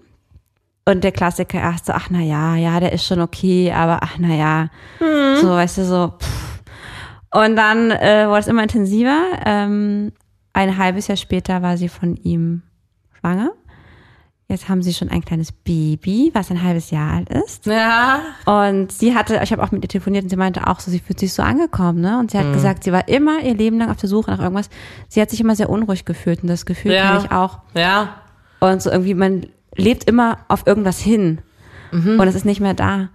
S3: Und der Klassiker erst so, ach na ja, ja, der ist schon okay, aber ach na ja.
S2: Mhm.
S3: So, weißt du, so. Pff. Und dann äh, wurde es immer intensiver. Ähm, ein halbes Jahr später war sie von ihm schwanger. Jetzt haben sie schon ein kleines Baby, was ein halbes Jahr alt ist.
S2: Ja.
S3: Und sie hatte, ich habe auch mit ihr telefoniert und sie meinte auch so, sie fühlt sich so angekommen, ne? Und sie hat
S2: Mhm.
S3: gesagt, sie war immer ihr Leben lang auf der Suche nach irgendwas. Sie hat sich immer sehr unruhig gefühlt und das Gefühl
S2: Ja.
S3: kenne ich auch.
S2: Ja.
S3: Und so irgendwie, man lebt immer auf irgendwas hin. Und es ist nicht mehr da.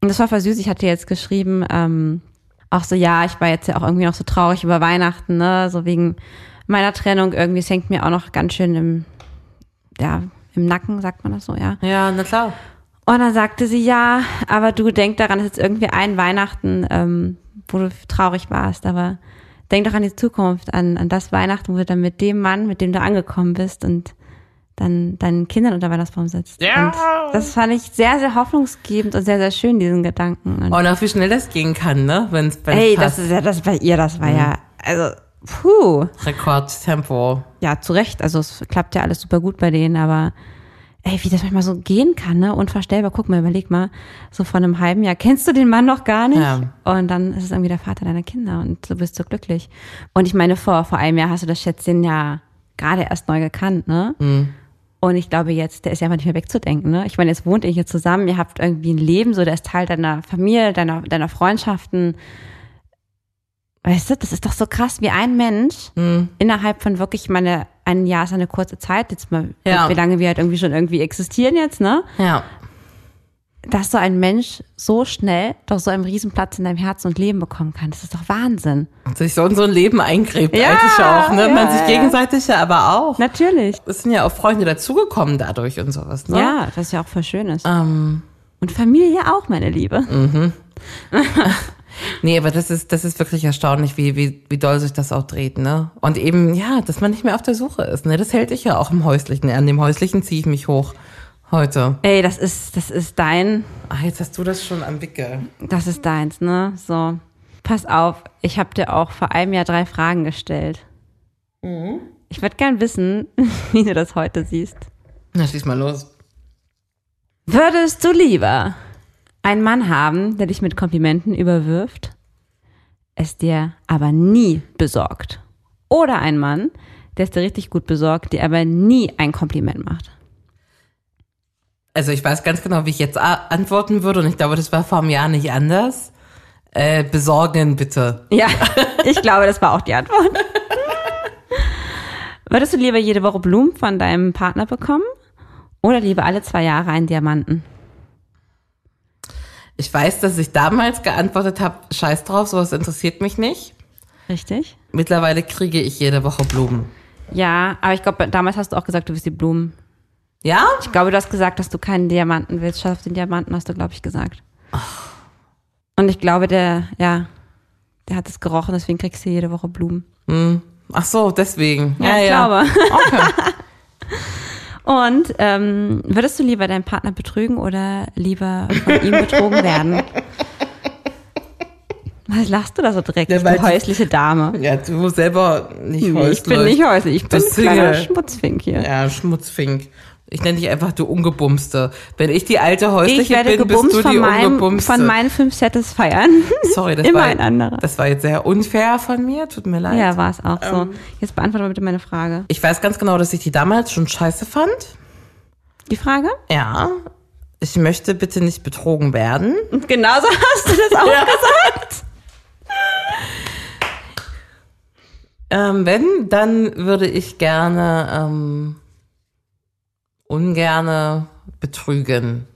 S3: Und das war voll süß. Ich hatte jetzt geschrieben, ähm, auch so, ja, ich war jetzt ja auch irgendwie noch so traurig über Weihnachten, ne, so wegen meiner Trennung irgendwie. Es hängt mir auch noch ganz schön im, ja, im Nacken, sagt man das so, ja.
S2: Ja, na klar.
S3: Und dann sagte sie, ja, aber du denk daran, es ist irgendwie ein Weihnachten, ähm, wo du traurig warst, aber denk doch an die Zukunft, an, an das Weihnachten, wo du dann mit dem Mann, mit dem du angekommen bist und dann deinen Kindern unter Weihnachtsbaum sitzt.
S2: Ja.
S3: Und das fand ich sehr, sehr hoffnungsgebend und sehr, sehr schön, diesen Gedanken. Und
S2: Und auch wie schnell das gehen kann, ne? Wenn es
S3: ey,
S2: passt.
S3: das ist ja das bei ihr, das war ja, also, puh.
S2: Rekordtempo.
S3: ja, zu Recht. Also es klappt ja alles super gut bei denen, aber ey, wie das manchmal so gehen kann, ne? Unvorstellbar. Guck mal, überleg mal, so vor einem halben Jahr kennst du den Mann noch gar nicht.
S2: Ja.
S3: Und dann ist es irgendwie der Vater deiner Kinder und du bist so glücklich. Und ich meine, vor, vor einem Jahr hast du das Schätzchen ja gerade erst neu gekannt, ne? Und ich glaube jetzt, der ist ja einfach nicht mehr wegzudenken, ne? Ich meine, jetzt wohnt ihr hier zusammen, ihr habt irgendwie ein Leben, so der ist Teil deiner Familie, deiner, deiner
S2: Hm.
S3: Freundschaften. Weißt du, das ist doch so krass, wie ein Mensch innerhalb von wirklich meine ein Jahr ist ja eine kurze Zeit, jetzt mal,
S2: Ja.
S3: wie lange wir halt irgendwie schon irgendwie existieren jetzt, ne?
S2: Ja.
S3: Dass so ein Mensch so schnell doch so einen Riesenplatz in deinem Herzen und Leben bekommen kann. Das ist doch Wahnsinn.
S2: Und sich so in so ein Leben eingräbt,
S3: Ja,
S2: eigentlich auch, ne?
S3: ja,
S2: Man sich
S3: ja.
S2: gegenseitig ja aber auch.
S3: Natürlich.
S2: Es sind ja auch Freunde dazugekommen dadurch und sowas, ne? Ähm.
S3: Ja, das ist ja auch voll Schönes. Und Familie auch, meine Liebe.
S2: Mhm. Nee, aber das ist, das ist wirklich erstaunlich, wie, wie, wie doll sich das auch dreht, ne? Und eben, ja, dass man nicht mehr auf der Suche ist, ne? Das hält ich ja auch im Häuslichen. An dem Häuslichen ziehe ich mich hoch heute.
S3: Ey, das ist, das ist dein,
S2: Ah, jetzt hast du das schon am Wickel.
S3: das ist deins, ne? So. Pass auf, ich habe dir auch vor einem Jahr drei Fragen gestellt. Ich würde gern wissen, wie du das heute siehst.
S2: Na, schieß mal los.
S3: Würdest du lieber einen Mann haben, der dich mit Komplimenten überwirft, es dir aber nie besorgt? Oder einen Mann, der es dir richtig gut besorgt, dir aber nie ein Kompliment macht?
S2: Also ich weiß ganz genau, wie ich jetzt a- antworten würde und ich glaube, das war vor einem Jahr nicht anders. Äh, besorgen bitte.
S3: Ja, ich glaube, das war auch die Antwort. Würdest du lieber jede Woche Blumen von deinem Partner bekommen oder lieber alle zwei Jahre einen Diamanten?
S2: Ich weiß, dass ich damals geantwortet habe, scheiß drauf, sowas interessiert mich nicht.
S3: Richtig?
S2: Mittlerweile kriege ich jede Woche Blumen.
S3: Ja, aber ich glaube, damals hast du auch gesagt, du willst die Blumen.
S2: Ja?
S3: Ich glaube, du hast gesagt, dass du keinen Diamanten willst. Schau auf den Diamanten, hast du, glaube ich, gesagt. Und ich glaube, der, ja, der hat es gerochen, deswegen kriegst du jede Woche Blumen.
S2: Ach so, deswegen. Ja,
S3: ich
S2: ja.
S3: glaube.
S2: Okay.
S3: Und ähm, würdest du lieber deinen Partner betrügen oder lieber von ihm betrogen werden? Was lachst du da so dreckig,
S2: Ja, weil
S3: du
S2: die-
S3: häusliche Dame?
S2: Ja, du selber nicht
S3: ich bin nicht häuslich, ich bin
S2: Das
S3: ein
S2: Single.
S3: kleiner Schmutzfink hier.
S2: Ja, Schmutzfink. Ich nenne dich einfach du Ungebumste. Wenn ich die alte
S3: Ich
S2: häusliche
S3: werde
S2: bin, bist du
S3: gebumst
S2: die
S3: von, meinem,
S2: Ungebumste.
S3: von meinen fünf Settles feiern.
S2: Sorry, das
S3: Immer
S2: war,
S3: ein anderer.
S2: das war jetzt sehr unfair von mir. Tut mir leid.
S3: Ja, war es auch so.
S2: Ähm.
S3: Jetzt beantworte mal bitte meine Frage.
S2: Ich weiß ganz genau, dass ich die damals schon scheiße fand.
S3: Die Frage?
S2: Ja. Ich möchte bitte nicht betrogen werden.
S3: Und genauso hast du das auch gesagt.
S2: Ähm, wenn, dann würde ich gerne ähm, ungerne betrügen.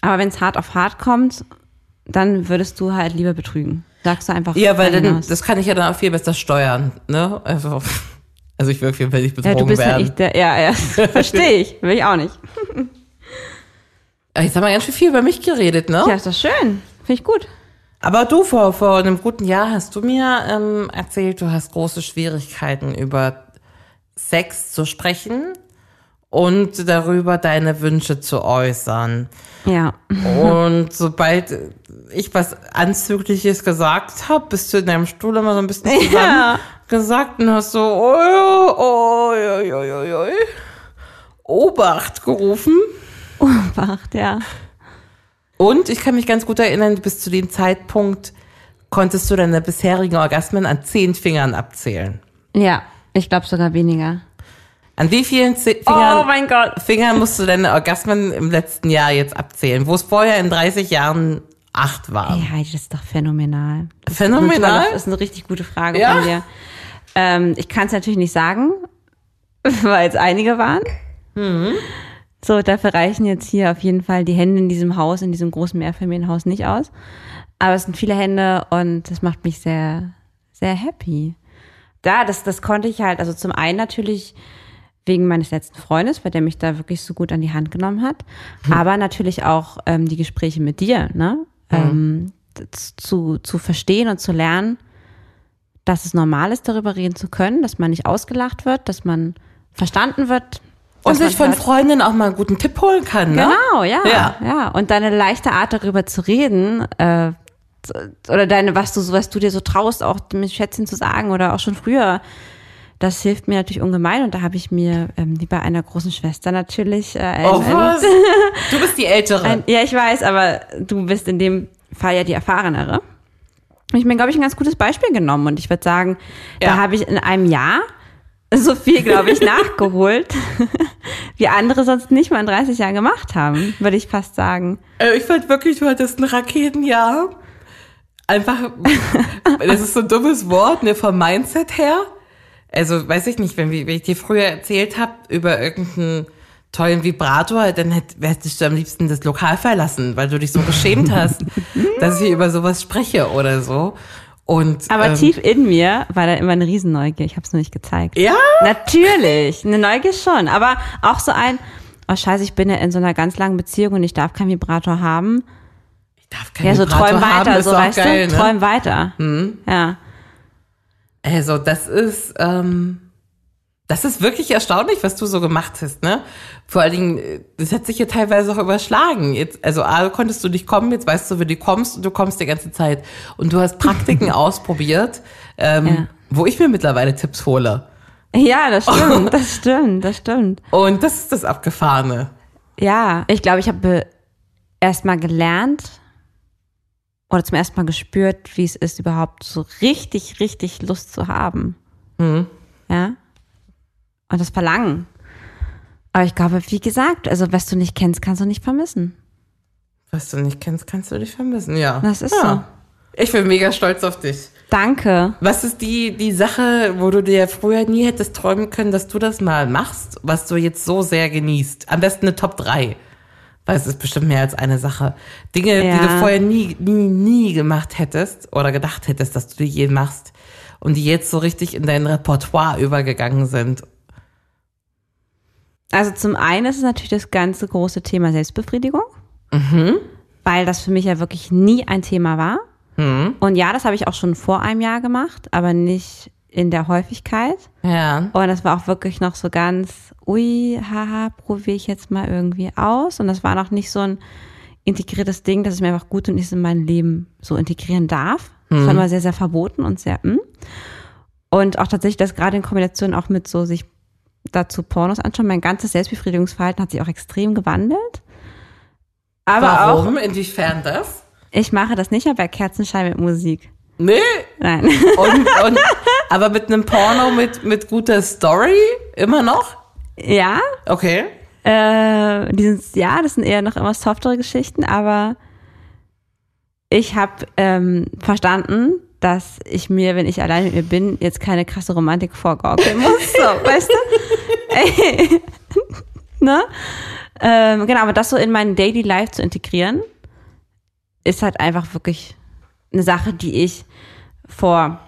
S3: Aber wenn es hart auf hart kommt, dann würdest du halt lieber betrügen. Sagst du einfach.
S2: Ja, weil
S3: rein
S2: dann,
S3: hinaus.
S2: das kann ich ja dann auch viel besser steuern. Ne? Also, also ich will auf jeden Fall nicht
S3: Ja,
S2: betrogen
S3: du bist halt ja
S2: werden.
S3: ich, der, ja, ja, verstehe ich, will ich auch nicht.
S2: Aber Jetzt haben wir ganz schön viel über mich geredet, ne?
S3: Ja, ist doch schön, finde ich gut.
S2: Aber du, vor, vor einem guten Jahr hast du mir ähm, erzählt, du hast große Schwierigkeiten über Sex zu sprechen und darüber deine Wünsche zu äußern.
S3: Ja,
S2: Und sobald ich was Anzügliches gesagt habe, bist du in deinem Stuhl immer so ein bisschen zusammen gesagt und hast so oh, oh, oh, oh, oh, oh, Obacht gerufen.
S3: wacht, ja.
S2: Und ich kann mich ganz gut erinnern, bis zu dem Zeitpunkt konntest du deine bisherigen Orgasmen an zehn Fingern abzählen.
S3: Ja, ich glaube sogar weniger.
S2: An wie vielen Ze- Fingern,
S3: Oh mein Gott.
S2: Fingern musst du deine Orgasmen im letzten Jahr jetzt abzählen, wo es vorher in 30 Jahren acht waren?
S3: Ey, Heidi, das ist doch phänomenal. Das ist
S2: Phänomenal?
S3: eine tolle- Das ist eine richtig gute Frage
S2: Ja.
S3: von dir. Ähm, ich kann es natürlich nicht sagen, weil es einige waren.
S2: Mhm.
S3: So, dafür reichen jetzt hier auf jeden Fall die Hände in diesem Haus, in diesem großen Mehrfamilienhaus nicht aus. Aber es sind viele Hände und das macht mich sehr, sehr happy. Da, das, das konnte ich halt, also zum einen natürlich wegen meines letzten Freundes, weil der mich da wirklich so gut an die Hand genommen hat,
S2: Hm.
S3: aber natürlich auch ähm, die Gespräche mit dir, ne? Ähm, das zu, zu verstehen und zu lernen, dass es normal ist, darüber reden zu können, dass man nicht ausgelacht wird, dass man verstanden wird.
S2: Und
S3: dass man
S2: sich von
S3: hört-
S2: Freundinnen auch mal einen guten Tipp holen kann, ne?
S3: Oh Genau, ja,
S2: Ja.
S3: ja. Und deine leichte Art darüber zu reden, äh, z- oder deine, was du, so- was du dir so traust, auch mit Schätzchen zu sagen oder auch schon früher, das hilft mir natürlich ungemein. Und da habe ich mir, ähm, wie bei einer großen Schwester natürlich, äh, ein,
S2: Oh,
S3: ein-
S2: was? Du bist die Ältere.
S3: ein, ja, ich weiß, aber du bist in dem Fall ja die Erfahrenere. Ich bin, glaube ich, ein ganz gutes Beispiel genommen und ich würde sagen,
S2: Ja.
S3: da habe ich in einem Jahr so viel, glaube ich, nachgeholt, wie andere sonst nicht mal in 30 Jahren gemacht haben, würde ich fast sagen.
S2: Äh, ich fand wirklich, du hattest ein Raketenjahr. Einfach, das ist so ein dummes Wort, ne, vom Mindset her. Also weiß ich nicht, wenn, wir- wenn ich dir früher erzählt habe über irgendeinen tollen Vibrator, dann hätt, hättest du am liebsten das Lokal verlassen, weil du dich so geschämt hast, dass ich über sowas spreche oder so. Und
S3: Aber
S2: ähm,
S3: tief in mir war da immer eine Riesenneugier. Ich habe es nur nicht gezeigt.
S2: Ja?
S3: Natürlich, eine Neugier schon. Aber auch so ein, oh scheiße, ich bin ja in so einer ganz langen Beziehung und ich darf keinen Vibrator haben.
S2: darf kein
S3: Ja, so
S2: Vibrator
S3: träum
S2: haben,
S3: weiter,
S2: ist
S3: so
S2: doch
S3: weißt
S2: geil,
S3: du?
S2: ne? Hm.
S3: Träum weiter. Ja.
S2: Also das ist, ähm, das ist wirklich erstaunlich, was du so gemacht hast, ne? Vor allen Dingen, äh, das hat sich ja teilweise auch überschlagen. Jetzt, also A, konntest du nicht kommen, jetzt weißt du, wie du kommst und du kommst die ganze Zeit. Und du hast Praktiken ausprobiert, ähm,
S3: Ja.
S2: wo ich mir mittlerweile Tipps hole.
S3: Ja, das stimmt, das stimmt, das stimmt.
S2: Und das ist das Abgefahrene.
S3: Ja, ich glaube, ich habe erstmal gelernt oder zum ersten Mal gespürt, wie es ist, überhaupt so richtig, richtig Lust zu haben. Ja. Und das Verlangen. Aber ich glaube, wie gesagt, also was du nicht kennst, kannst du nicht vermissen.
S2: Was du nicht kennst, kannst du nicht vermissen, ja.
S3: Das ist
S2: ja. so. Ich bin mega stolz auf dich.
S3: Danke.
S2: Was ist die, die Sache, wo du dir früher nie hättest träumen können, dass du das mal machst, was du jetzt so sehr genießt? Am besten eine Top 3. Weil es ist bestimmt mehr als eine Sache. Dinge, die
S3: Ja.
S2: du vorher nie, nie, nie gemacht hättest oder gedacht hättest, dass du die je machst und die jetzt so richtig in dein Repertoire übergegangen sind.
S3: Also zum einen ist es natürlich das ganze große Thema Selbstbefriedigung, weil das für mich ja wirklich nie ein Thema war. Und ja, das habe ich auch schon vor einem Jahr gemacht, aber nicht in der Häufigkeit.
S2: Ja.
S3: Und das war auch wirklich noch so ganz, ui, haha, probiere ich jetzt mal irgendwie aus. Und das war noch nicht so ein integriertes Ding, dass es mir einfach gut und ich es in mein Leben so integrieren darf. Das war immer sehr, sehr verboten und sehr, mm. Und auch tatsächlich, dass gerade in Kombination auch mit so sich dazu Pornos anschauen, mein ganzes Selbstbefriedigungsverhalten hat sich auch extrem gewandelt. Aber auch,
S2: Warum? Inwiefern das?
S3: ich mache das nicht mehr bei Kerzenschein mit Musik.
S2: Nee.
S3: Nein.
S2: Und, und, aber mit einem Porno mit, mit guter Story? Immer noch?
S3: ja,
S2: Okay.
S3: Äh, die sind, ja, das sind eher noch immer softere Geschichten, aber ich habe ähm, verstanden, dass ich mir, wenn ich allein mit mir bin, jetzt keine krasse Romantik vorgaukeln muss. So, weißt du? Ey. ne? ähm, genau, aber das so in meinen Daily Life zu integrieren, ist halt einfach wirklich eine Sache, die ich vor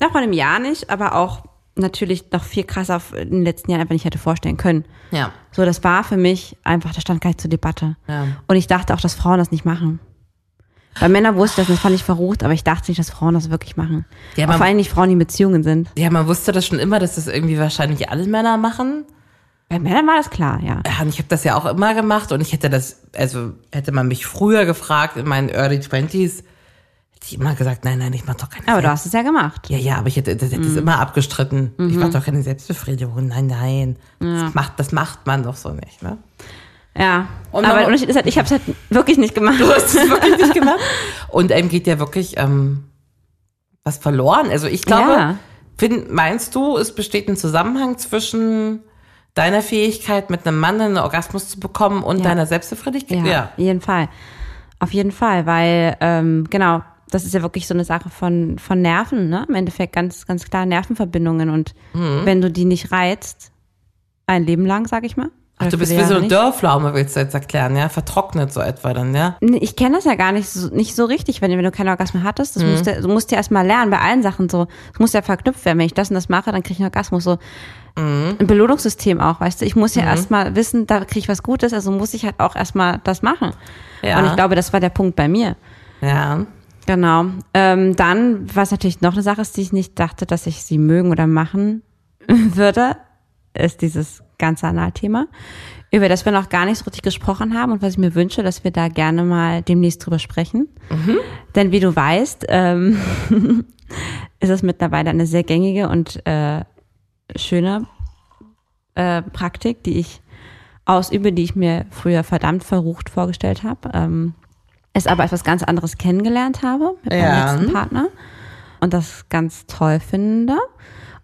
S3: nach vor einem Jahr nicht, aber auch natürlich noch viel krasser in den letzten Jahren einfach nicht hätte vorstellen können.
S2: Ja.
S3: So, das war für mich einfach, das stand gar nicht zur Debatte.
S2: Ja.
S3: Und ich dachte auch, dass Frauen das nicht machen. Bei Männern wusste ich das, und das fand ich verrucht, aber ich dachte nicht, dass Frauen das wirklich machen.
S2: Ja,
S3: Ja,
S2: aber-
S3: vor allem nicht Frauen, die in Beziehungen sind.
S2: Ja, man wusste das schon immer, dass das irgendwie wahrscheinlich alle Männer machen.
S3: Bei Männern war das klar, ja.
S2: Ja, und Ich habe das ja auch immer gemacht und ich hätte das, also hätte man mich früher gefragt in meinen Early Twenties, hätte ich immer gesagt, nein, nein, ich mache doch keine
S3: Aber du
S2: Selbst-
S3: hast es ja gemacht.
S2: Ja, ja, aber ich hätte das hätte es immer abgestritten. Ich mache doch keine Selbstbefriedigung, nein, nein. Das, macht, das macht man doch so nicht, ne?
S3: Ja.
S2: Und
S3: aber
S2: man-
S3: der Unterschied ist halt, ich habe es halt wirklich nicht gemacht.
S2: Du hast es wirklich nicht gemacht. Und einem geht ja wirklich ähm, was verloren. Also ich glaube,
S3: Ja.
S2: find, meinst du, es besteht ein Zusammenhang zwischen deiner Fähigkeit, mit einem Mann einen Orgasmus zu bekommen und deiner Selbstbefriedigung?
S3: Ja, auf jeden Fall. Auf jeden Fall, weil ähm, genau, das ist ja wirklich so eine Sache von, von Nerven, ne? Im Endeffekt ganz, ganz klar Nervenverbindungen und wenn du die nicht reizt, ein Leben lang, sag ich mal.
S2: Ach, du
S3: Oder
S2: bist
S3: viele
S2: wie so
S3: Jahre
S2: eine
S3: nicht.
S2: Dörrpflaume, willst du jetzt erklären, ja? Vertrocknet so etwa dann, ja?
S3: Nee, Ich kenne das ja gar nicht so, nicht so richtig, wenn, du- wenn du keinen Orgasmus hattest. Das musst du, du musst ja erstmal lernen bei allen Sachen so. Es muss ja verknüpft werden. Wenn ich das und das mache, dann kriege ich einen Orgasmus. So ein Belohnungssystem auch, weißt du. Ich muss ja erstmal wissen, da kriege ich was Gutes, also muss ich halt auch erstmal das machen.
S2: Ja.
S3: Und ich glaube, das war der Punkt bei mir.
S2: Ja.
S3: Genau. Ähm, dann, was natürlich noch eine Sache ist, die ich nicht dachte, dass ich sie mögen oder machen würde, ist dieses ganze Analthema, über das wir noch gar nicht so richtig gesprochen haben und was ich mir wünsche, dass wir da gerne mal demnächst drüber sprechen. Denn wie du weißt, ähm, ist es mittlerweile eine sehr gängige und äh, schöne äh, Praktik, die ich ausübe, die ich mir früher verdammt verrucht vorgestellt habe. Ähm, es aber etwas ganz anderes kennengelernt habe mit
S2: Ja.
S3: meinem letzten Partner und das ganz toll finde.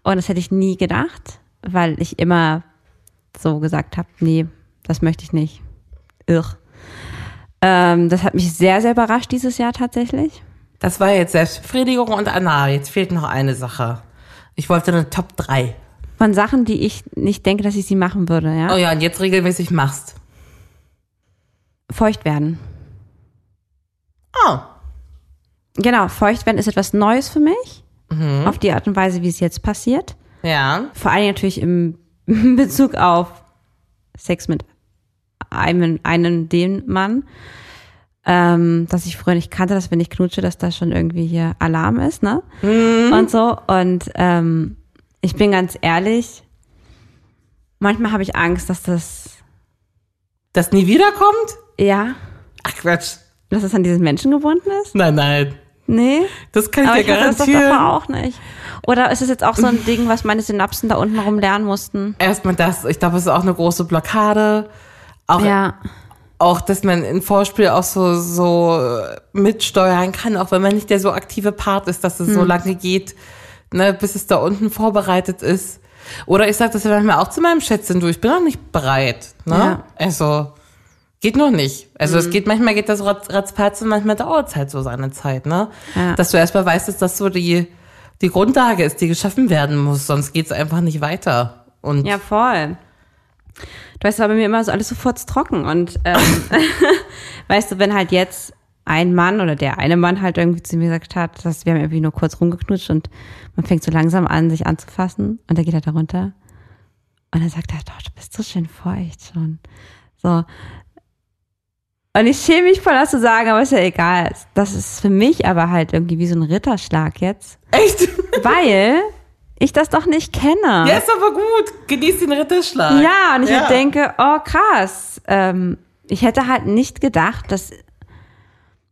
S3: Und das hätte ich nie gedacht, weil ich immer so gesagt habe, nee, das möchte ich nicht. Irr. Ähm, das hat mich sehr, sehr überrascht dieses Jahr tatsächlich.
S2: Das war jetzt Selbstbefriedigung und Anal. Jetzt fehlt noch eine Sache. Ich wollte eine Top 3.
S3: Von Sachen, die ich nicht denke, dass ich sie machen würde, ja?
S2: Oh ja, und jetzt regelmäßig machst.
S3: Feucht werden.
S2: Ah,
S3: Genau, feucht werden ist etwas Neues für mich.
S2: Mhm.
S3: Auf die Art und Weise, wie es jetzt passiert.
S2: ja.
S3: Vor allem natürlich im Bezug auf Sex mit einem, einem dem Mann. Ähm, dass ich früher nicht kannte, dass wenn ich knutsche, dass da schon irgendwie hier Alarm ist, ne?
S2: Mhm.
S3: Und so. Und ähm, ich bin ganz ehrlich, manchmal habe ich Angst, dass das,
S2: Das nie wiederkommt?
S3: ja,
S2: Ach Quatsch.
S3: dass das an diesen Menschen gebunden ist.
S2: Nein, nein.
S3: Nee.
S2: Das kann ich
S3: Aber
S2: dir
S3: ich hatte das doch
S2: garantieren.
S3: davor auch nicht. Oder ist es jetzt auch so ein Ding, was meine Synapsen da unten rum lernen mussten?
S2: Erstmal das, ich glaube, es ist auch eine große Blockade. Auch,
S3: Ja.
S2: auch, dass man im Vorspiel auch so, so äh, mitsteuern kann, auch wenn man nicht der so aktive Part ist, dass es so lange geht, ne, bis es da unten vorbereitet ist. Oder ich sage das ja manchmal auch zu meinem Schätzchen, du, ich bin noch nicht bereit. Ne?
S3: Ja.
S2: Also, geht noch nicht. Also es geht manchmal geht das ratz, ratzpatz und manchmal dauert es halt so seine Zeit, ne?
S3: Ja.
S2: Dass du erstmal weißt, dass das so die, die Grundlage ist, die geschaffen werden muss, sonst geht's einfach nicht weiter. Und
S3: Ja, voll. Du weißt, war bei mir immer so alles sofort trocken. Und ähm, weißt du, wenn halt jetzt ein Mann oder der eine Mann halt irgendwie zu mir gesagt hat, dass wir haben irgendwie nur kurz rumgeknutscht und man fängt so langsam an, sich anzufassen und dann geht er da runter und dann sagt er, doch, du bist so schön feucht schon. So. Und ich schäme mich voll, das zu sagen, aber ist ja egal. Das ist für mich aber halt irgendwie wie so ein Ritterschlag jetzt,
S2: echt?
S3: weil ich das doch nicht kenne.
S2: Ja, ist aber gut. Genieß den Ritterschlag.
S3: Ja, und ich halt denke, oh krass. Ähm, ich hätte halt nicht gedacht, dass.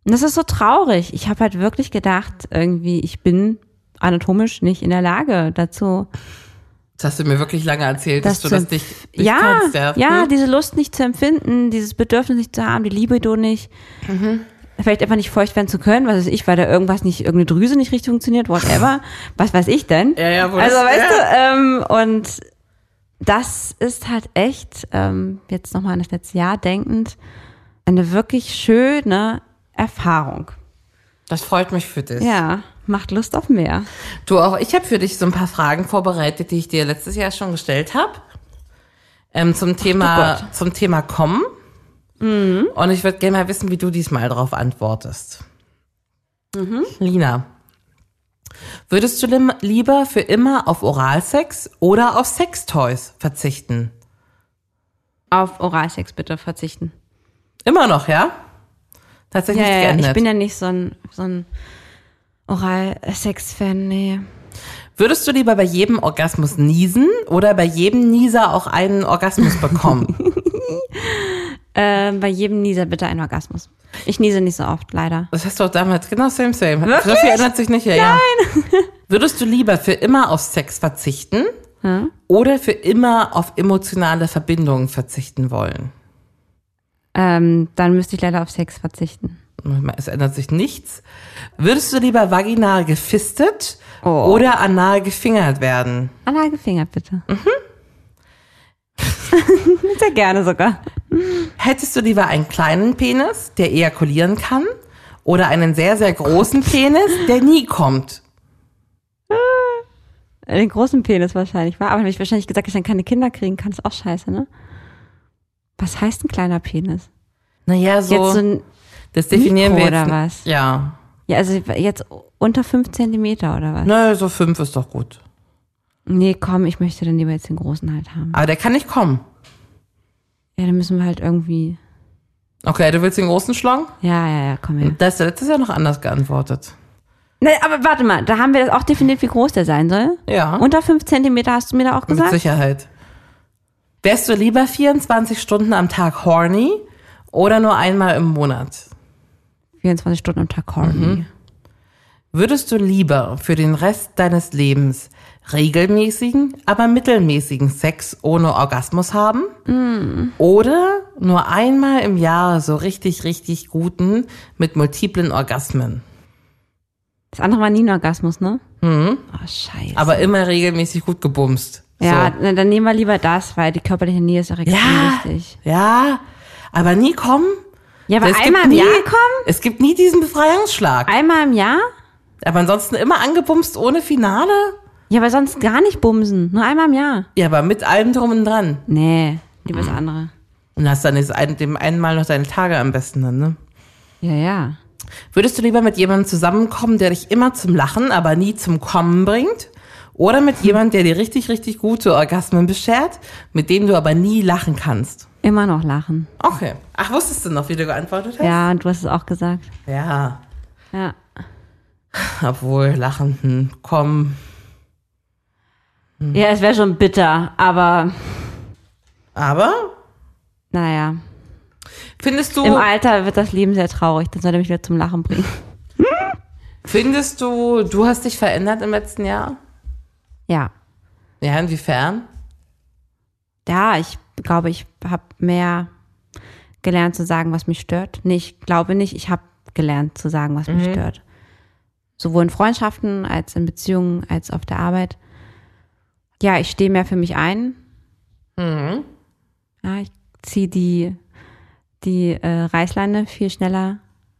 S3: Und Das ist so traurig. Ich habe halt wirklich gedacht, irgendwie, ich bin anatomisch nicht in der Lage dazu.
S2: Das hast du mir wirklich lange erzählt, dass du
S3: zu
S2: das dich, dich
S3: ja,
S2: kannst, ja.
S3: ja,
S2: Hm?
S3: diese Lust nicht zu empfinden, dieses Bedürfnis nicht zu haben, die Libido nicht.
S2: Mhm.
S3: Vielleicht einfach nicht feucht werden zu können, was weiß ich, weil da irgendwas nicht, irgendeine Drüse nicht richtig funktioniert, whatever. Was weiß ich denn?
S2: Ja, ja, wo
S3: Also
S2: das-
S3: weißt
S2: ja.
S3: du, ähm, und das ist halt echt, ähm, jetzt nochmal an das letzte Jahr denkend, eine wirklich schöne Erfahrung.
S2: Das freut mich für dich.
S3: Ja, macht Lust auf mehr.
S2: Du auch, ich habe für dich so ein paar Fragen vorbereitet, die ich dir letztes Jahr schon gestellt habe. Ähm, zum Thema, zum Thema kommen. Und ich würde gerne mal wissen, wie du diesmal darauf antwortest. Mhm. Lina, würdest du lim- lieber für immer auf Oralsex oder auf Sextoys verzichten?
S3: Auf Oralsex bitte verzichten.
S2: Immer noch, ja? Tatsächlich
S3: Ja,
S2: nicht
S3: ja, ja,
S2: geändert.
S3: ich bin ja nicht so ein, so ein Oral-Sex-Fan, nee.
S2: Würdest du lieber bei jedem Orgasmus niesen oder bei jedem Nieser auch einen Orgasmus bekommen?
S3: Ähm, bei jedem Nieser bitte ein Orgasmus. Ich niese nicht so oft, leider.
S2: Das hast du auch damals, genau, same, same.
S3: Wirklich?
S2: So viel ändert sich nicht, ja, Nein. ja. Würdest du lieber für immer auf Sex verzichten
S3: Hm?
S2: oder für immer auf emotionale Verbindungen verzichten wollen?
S3: Ähm, dann müsste ich leider auf Sex verzichten.
S2: Es ändert sich nichts. Würdest du lieber vaginal gefistet
S3: Oh.
S2: oder anal gefingert werden?
S3: Anal gefingert, bitte. Sehr gerne sogar.
S2: Hättest du lieber einen kleinen Penis, der ejakulieren kann oder einen sehr, sehr großen Penis, der nie kommt?
S3: Äh, Den großen Penis wahrscheinlich, war. Aber habe ich wahrscheinlich gesagt, dass ich dann keine Kinder kriegen kann. Ist auch scheiße, ne? Was heißt ein kleiner Penis?
S2: Naja, so,
S3: Jetzt so ein,
S2: das definieren
S3: Mikro
S2: wir jetzt.
S3: oder was?
S2: Ja.
S3: ja, also jetzt unter fünf Zentimeter oder was?
S2: Nö, so fünf ist doch gut.
S3: Nee, komm, ich möchte dann lieber jetzt den großen halt haben.
S2: Aber der kann nicht kommen.
S3: Ja, dann müssen wir halt irgendwie.
S2: Okay, du willst den großen Schlangen?
S3: Ja, ja, ja, komm her.
S2: Da hast du letztes Jahr noch anders geantwortet.
S3: Nee, aber warte mal, da haben wir das auch definiert, wie groß der sein soll.
S2: Ja.
S3: Unter 5 Zentimeter hast du mir da auch
S2: Mit
S3: gesagt?
S2: Sicherheit. Wärst du lieber 24 Stunden am Tag horny oder nur einmal im Monat?
S3: 24 Stunden am Tag
S2: Mhm.
S3: horny.
S2: Würdest du lieber für den Rest deines Lebens regelmäßigen, aber mittelmäßigen Sex ohne Orgasmus haben?
S3: Mm.
S2: Oder nur einmal im Jahr so richtig, richtig guten mit multiplen Orgasmen?
S3: Das andere war nie ein Orgasmus, ne? Mhm. Oh, scheiße.
S2: Aber immer regelmäßig gut gebumst.
S3: ja,
S2: So.
S3: na, dann nehmen wir lieber das, weil die körperliche Nähe ist auch extrem
S2: Ja.
S3: wichtig.
S2: Ja, aber nie kommen.
S3: Ja, aber
S2: Es gibt
S3: einmal im
S2: nie-
S3: Jahr kommen?
S2: Es gibt nie diesen Befreiungsschlag.
S3: Einmal im Jahr?
S2: Aber ansonsten immer angebumst ohne Finale.
S3: Ja, aber sonst gar nicht bumsen. Nur einmal im Jahr.
S2: Ja, aber mit allem drum und dran.
S3: Nee, lieber das andere.
S2: Und hast dann jetzt ein, dem einen Mal noch deine Tage am besten dann, ne?
S3: Ja, ja.
S2: Würdest du lieber mit jemandem zusammenkommen, der dich immer zum Lachen, aber nie zum Kommen bringt? Oder mit jemandem, der dir richtig, richtig gute Orgasmen beschert, mit dem du aber nie lachen kannst?
S3: Immer noch lachen.
S2: Okay. Ach, wusstest du noch, wie du geantwortet hast?
S3: Ja, und du hast es auch gesagt.
S2: Ja.
S3: Ja.
S2: Obwohl, lachen, hm, kommen.
S3: Ja, es wäre schon bitter, aber
S2: Aber
S3: naja.
S2: findest du,
S3: Im Alter wird das Leben sehr traurig. Dann sollte er mich wieder zum Lachen bringen.
S2: findest du, du hast dich verändert im letzten Jahr?
S3: Ja.
S2: Ja, inwiefern?
S3: Ja, ich glaube, ich habe mehr gelernt zu sagen, was mich stört. Nee, ich glaube nicht, ich habe gelernt zu sagen, was
S2: Mhm.
S3: mich stört. Sowohl in Freundschaften als in Beziehungen als auf der Arbeit. Ja, ich stehe mehr für mich ein.
S2: Mhm.
S3: Ja, ich ziehe die, die äh, Reißleine viel schneller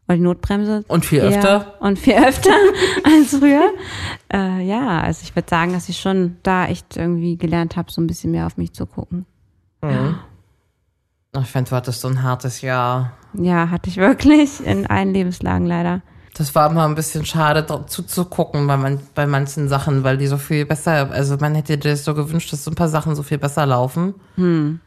S3: oder die Notbremse.
S2: Und viel
S3: eher
S2: öfter?
S3: Und viel öfter als früher. äh, ja, also ich würde sagen, dass ich schon da echt irgendwie gelernt habe, so ein bisschen mehr auf mich zu gucken.
S2: Ach, Ich fand, du hattest so ein hartes Jahr.
S3: Ja, hatte ich wirklich in allen Lebenslagen leider.
S2: Das war immer ein bisschen schade, dr- zuzugucken bei, man, bei manchen Sachen, weil die so viel besser, also man hätte dir so gewünscht, dass so ein paar Sachen so viel besser laufen.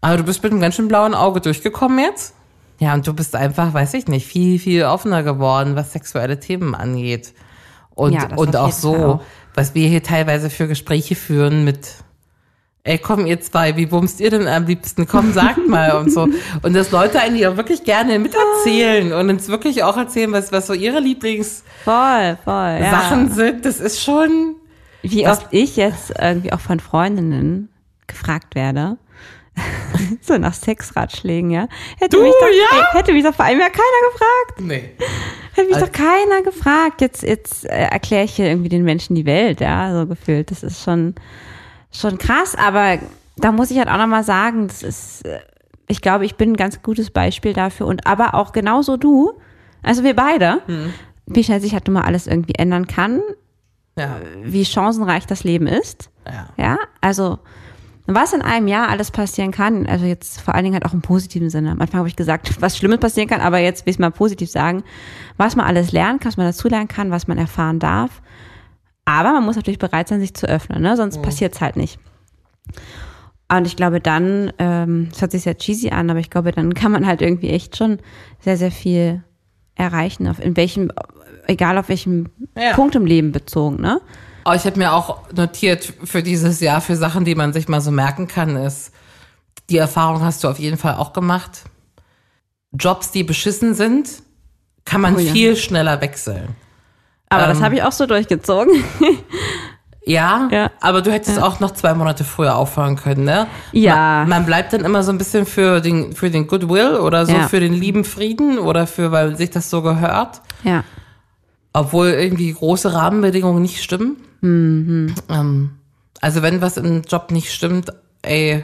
S2: Aber du bist mit einem ganz schön blauen Auge durchgekommen jetzt. Ja, und du bist einfach, weiß ich nicht, viel, viel offener geworden, was sexuelle Themen angeht. Und,
S3: Ja, das
S2: und
S3: auf
S2: auch
S3: jeden
S2: so,
S3: Fall auch.
S2: was wir hier teilweise für Gespräche führen mit, ey, komm, ihr zwei, wie bumst ihr denn am liebsten? Komm, sagt mal und so. Und dass Leute eigentlich auch wirklich gerne miterzählen und uns wirklich auch erzählen, was, was so ihre Lieblingssachen
S3: Voll, voll. Ja.
S2: sind. Das ist schon,
S3: Wie oft ich jetzt irgendwie auch von Freundinnen gefragt werde. so nach Sexratschlägen, ja. Hätte
S2: Du,
S3: mich doch,
S2: ja?
S3: hätte mich doch vor einem Jahr keiner gefragt.
S2: nee.
S3: Hätte mich
S2: Also-
S3: doch keiner gefragt. Jetzt, jetzt äh, erkläre ich hier irgendwie den Menschen die Welt, ja, so gefühlt. Das ist schon, schon krass, aber da muss ich halt auch nochmal sagen, das ist, äh, ich glaube, ich bin ein ganz gutes Beispiel dafür und aber auch genauso du, also wir beide,
S2: Hm.
S3: wie schnell sich halt nun mal alles irgendwie ändern kann,
S2: Ja,
S3: wie chancenreich das Leben ist.
S2: ja.
S3: Ja, also was in einem Jahr alles passieren kann, also jetzt vor allen Dingen halt auch im positiven Sinne. Am Anfang habe ich gesagt, was Schlimmes passieren kann, aber jetzt will ich mal positiv sagen, was man alles lernen kann, was man dazulernen kann, was man erfahren darf. Aber man muss natürlich bereit sein, sich zu öffnen, ne?
S2: Mhm.
S3: sonst passiert's halt nicht. Und ich glaube dann, ähm, es hört sich sehr cheesy an, aber ich glaube, dann kann man halt irgendwie echt schon sehr, sehr viel erreichen, auf, in welchem, egal auf welchem
S2: Ja.
S3: Punkt im Leben bezogen, ne?
S2: Aber Oh, ich habe mir auch notiert für dieses Jahr, für Sachen, die man sich mal so merken kann, ist, die Erfahrung hast du auf jeden Fall auch gemacht. Jobs, die beschissen sind, kann man
S3: Oh ja.
S2: viel schneller wechseln.
S3: Aber
S2: Ähm.
S3: das habe ich auch so durchgezogen.
S2: Ja,
S3: Ja.
S2: aber du hättest auch noch zwei Monate früher aufhören können, ne?
S3: Ja.
S2: Man, man bleibt dann immer so ein bisschen für den, für den Goodwill oder so
S3: Ja.
S2: für den lieben Frieden oder für, weil sich das so gehört.
S3: Ja.
S2: Obwohl irgendwie große Rahmenbedingungen nicht stimmen. Ähm, also wenn was im Job nicht stimmt, ey,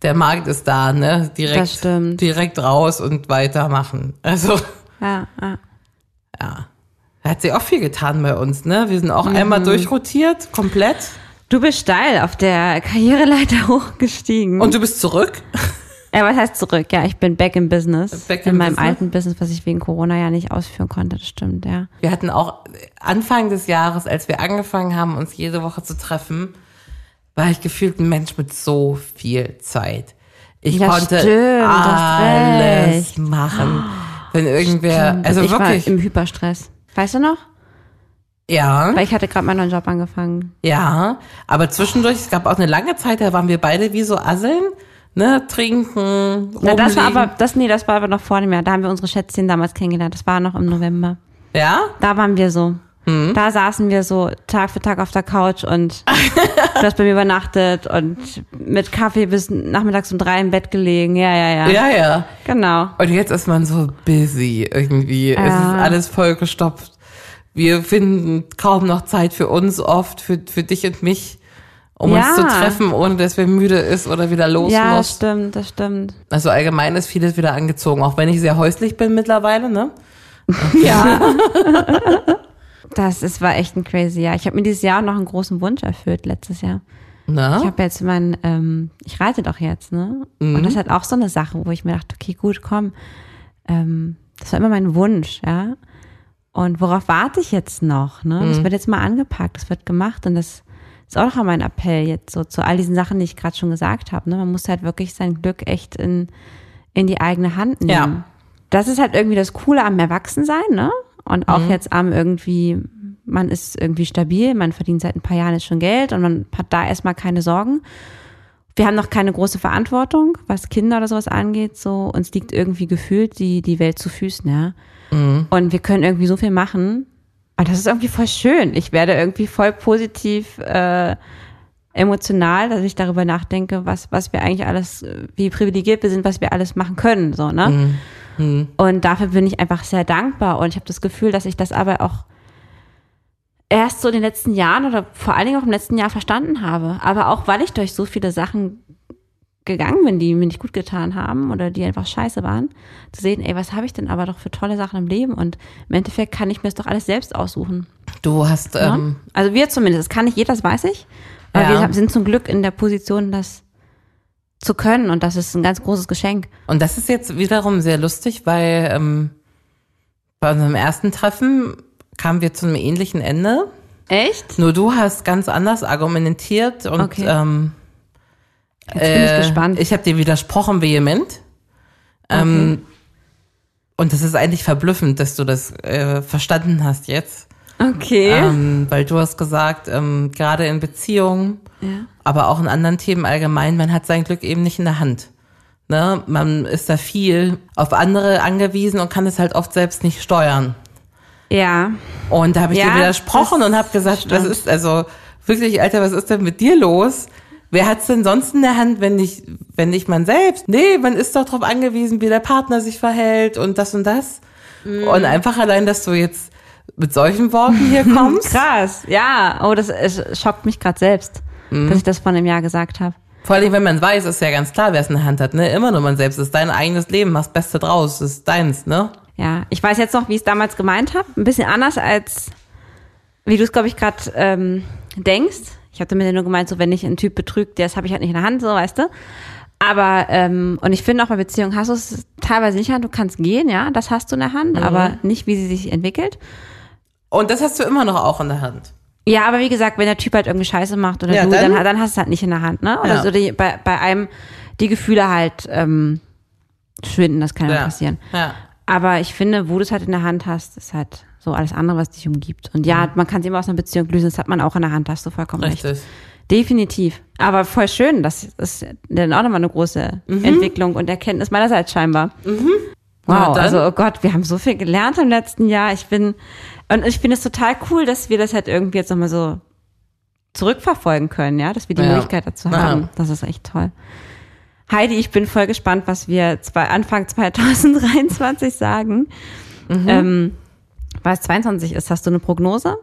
S2: der Markt ist da, ne? Direkt,
S3: Das stimmt.
S2: direkt raus und weitermachen. Also
S3: Ja, ja.
S2: hat sie auch viel getan bei uns, ne? Wir sind auch einmal durchrotiert, komplett.
S3: Du bist steil auf der Karriereleiter hochgestiegen.
S2: Und du bist zurück.
S3: ja, was heißt zurück? Ja, ich bin back in business.
S2: Äh, Back
S3: in,
S2: in
S3: meinem
S2: business. ne?
S3: alten Business, was ich wegen Corona ja nicht ausführen konnte. Das stimmt, ja.
S2: Wir hatten auch Anfang des Jahres, als wir angefangen haben, uns jede Woche zu treffen, war ich gefühlt ein Mensch mit so viel Zeit. Ich
S3: Ja,
S2: konnte
S3: stimmt, du hast
S2: alles
S3: recht. Ah,
S2: machen. Wenn irgendwer, also
S3: ich war
S2: wirklich, Hm?
S3: im Hyperstress. Weißt du noch?
S2: ja,
S3: Weil ich hatte gerade meinen neuen Job angefangen.
S2: ja. Aber zwischendurch, es gab auch eine lange Zeit, da waren wir beide wie so Asseln, ne, trinken, rumliegen.
S3: Na, das war aber, das, nee, das war aber noch vor dem Jahr. Da haben wir unsere Schätzchen damals kennengelernt. Das war noch im November.
S2: ja,
S3: Da waren wir so. Da saßen wir so Tag für Tag auf der Couch und du hast bei mir übernachtet und mit Kaffee bis nachmittags um drei im Bett gelegen. Ja, ja, ja.
S2: ja, ja.
S3: Genau.
S2: Und jetzt ist man so busy irgendwie. Es ist alles vollgestopft. Wir finden kaum noch Zeit für uns oft, für, für dich und mich, um
S3: Ja.
S2: uns zu treffen, ohne dass wir müde ist oder wieder los
S3: ja, das
S2: muss.
S3: stimmt, das stimmt.
S2: Also allgemein ist vieles wieder angezogen, auch wenn ich sehr häuslich bin mittlerweile, ne?
S3: Ja. Das es war echt ein crazy Jahr. Ich habe mir dieses Jahr noch einen großen Wunsch erfüllt, letztes Jahr. Ich
S2: Na?
S3: habe jetzt mein, ähm, ich reite doch jetzt, ne? Und das hat auch so eine Sache, wo ich mir dachte, okay, gut, komm, ähm, das war immer mein Wunsch, ja. Und worauf warte ich jetzt noch, ne? Das wird jetzt mal angepackt, das wird gemacht und das ist auch noch mein Appell jetzt so zu all diesen Sachen, die ich gerade schon gesagt habe, ne? Man muss halt wirklich sein Glück echt in, in die eigene Hand nehmen.
S2: Ja.
S3: Ja. Das ist halt irgendwie das Coole am Erwachsensein, ne? Und auch jetzt am irgendwie, man ist irgendwie stabil, man verdient seit ein paar Jahren jetzt schon Geld und man hat da erstmal keine Sorgen. Wir haben noch keine große Verantwortung, was Kinder oder sowas angeht. So, uns liegt irgendwie gefühlt die, die Welt zu Füßen, ja. Und wir können irgendwie so viel machen. Aber das ist irgendwie voll schön. Ich werde irgendwie voll positiv äh, emotional, dass ich darüber nachdenke, was, was wir eigentlich alles, äh, wie privilegiert wir sind, was wir alles machen können. So, ne? Und dafür bin ich einfach sehr dankbar. Und ich habe das Gefühl, dass ich das aber auch erst so in den letzten Jahren oder vor allen Dingen auch im letzten Jahr verstanden habe. Aber auch weil ich durch so viele Sachen gegangen bin, die mir nicht gut getan haben oder die einfach scheiße waren, zu sehen, ey, was habe ich denn aber doch für tolle Sachen im Leben? Und im Endeffekt kann ich mir das doch alles selbst aussuchen.
S2: Du hast,
S3: Ne?
S2: ähm,
S3: also wir zumindest, das kann nicht jeder, das weiß ich. Aber
S2: Ja.
S3: wir haben- sind zum Glück in der Position, das zu können und das ist ein ganz großes Geschenk.
S2: Und das ist jetzt wiederum sehr lustig, weil ähm, bei unserem ersten Treffen kamen wir zu einem ähnlichen Ende.
S3: Echt?
S2: Nur du hast ganz anders argumentiert und
S3: Okay.
S2: ähm,
S3: Jetzt bin ich gespannt.
S2: Äh, ich habe dir widersprochen vehement. Ähm, Und das ist eigentlich verblüffend, dass du das äh, verstanden hast jetzt.
S3: okay.
S2: Ähm, weil du hast gesagt, ähm, gerade in Beziehungen, aber auch in anderen Themen allgemein, man hat sein Glück eben nicht in der Hand. Ne? Man ist da viel auf andere angewiesen und kann es halt oft selbst nicht steuern.
S3: ja.
S2: Und da habe ich
S3: Ja,
S2: dir widersprochen
S3: das
S2: und habe gesagt,
S3: stimmt.
S2: das ist also wirklich, Alter, was ist denn mit dir los? Wer hat's denn sonst in der Hand, wenn nicht, wenn nicht man selbst? Nee, man ist doch darauf angewiesen, wie der Partner sich verhält und das und das.
S3: Mhm.
S2: Und einfach allein, dass du jetzt mit solchen Worten hier kommst.
S3: Krass, ja. Oh, das es schockt mich gerade selbst,
S2: Mhm.
S3: dass ich das vor einem Jahr gesagt habe.
S2: Vor allem, wenn man weiß, ist ja ganz klar, wer es in der Hand hat, ne? Immer nur man selbst. Ist dein eigenes Leben, machst Beste draus, ist deins, ne?
S3: Ja, ich weiß jetzt noch, wie ich es damals gemeint habe. Ein bisschen anders als, wie du es, glaube ich, gerade ähm, denkst. Ich hatte mir ja nur gemeint, so wenn ich einen Typ betrügt, das habe ich halt nicht in der Hand, so weißt du. Aber, ähm, und ich finde auch bei Beziehungen hast du es teilweise nicht in der Hand, du kannst gehen, ja, das hast du in der Hand,
S2: Mhm.
S3: aber nicht, wie sie sich entwickelt.
S2: Und das hast du immer noch auch in der Hand.
S3: Ja, aber wie gesagt, wenn der Typ halt irgendwie Scheiße macht oder
S2: Ja,
S3: du,
S2: dann-
S3: dann, dann hast du es halt nicht in der Hand, ne? Oder
S2: Ja.
S3: so die, bei, bei einem die Gefühle halt ähm, schwinden, das kann ja,
S2: Ja.
S3: passieren.
S2: Ja.
S3: Aber ich finde, wo du es halt in der Hand hast, ist halt so alles andere, was dich umgibt. Und ja, man kann es immer aus einer Beziehung lösen, das hat man auch in der Hand, hast du vollkommen recht.
S2: Richtig.
S3: Definitiv. Aber voll schön, das ist dann auch nochmal eine große
S2: Mhm.
S3: Entwicklung und Erkenntnis meinerseits scheinbar.
S2: Na
S3: Wow,
S2: dann.
S3: also oh Gott, wir haben so viel gelernt im letzten Jahr. Ich bin, und ich finde es total cool, dass wir das halt irgendwie jetzt nochmal so zurückverfolgen können, ja, dass wir die
S2: Ja.
S3: Möglichkeit dazu
S2: Ja.
S3: haben. Das ist echt toll. Heidi, ich bin voll gespannt, was wir zwei, Anfang 2023 sagen.
S2: Mhm.
S3: Ähm, weil es 22 ist, hast du eine Prognose?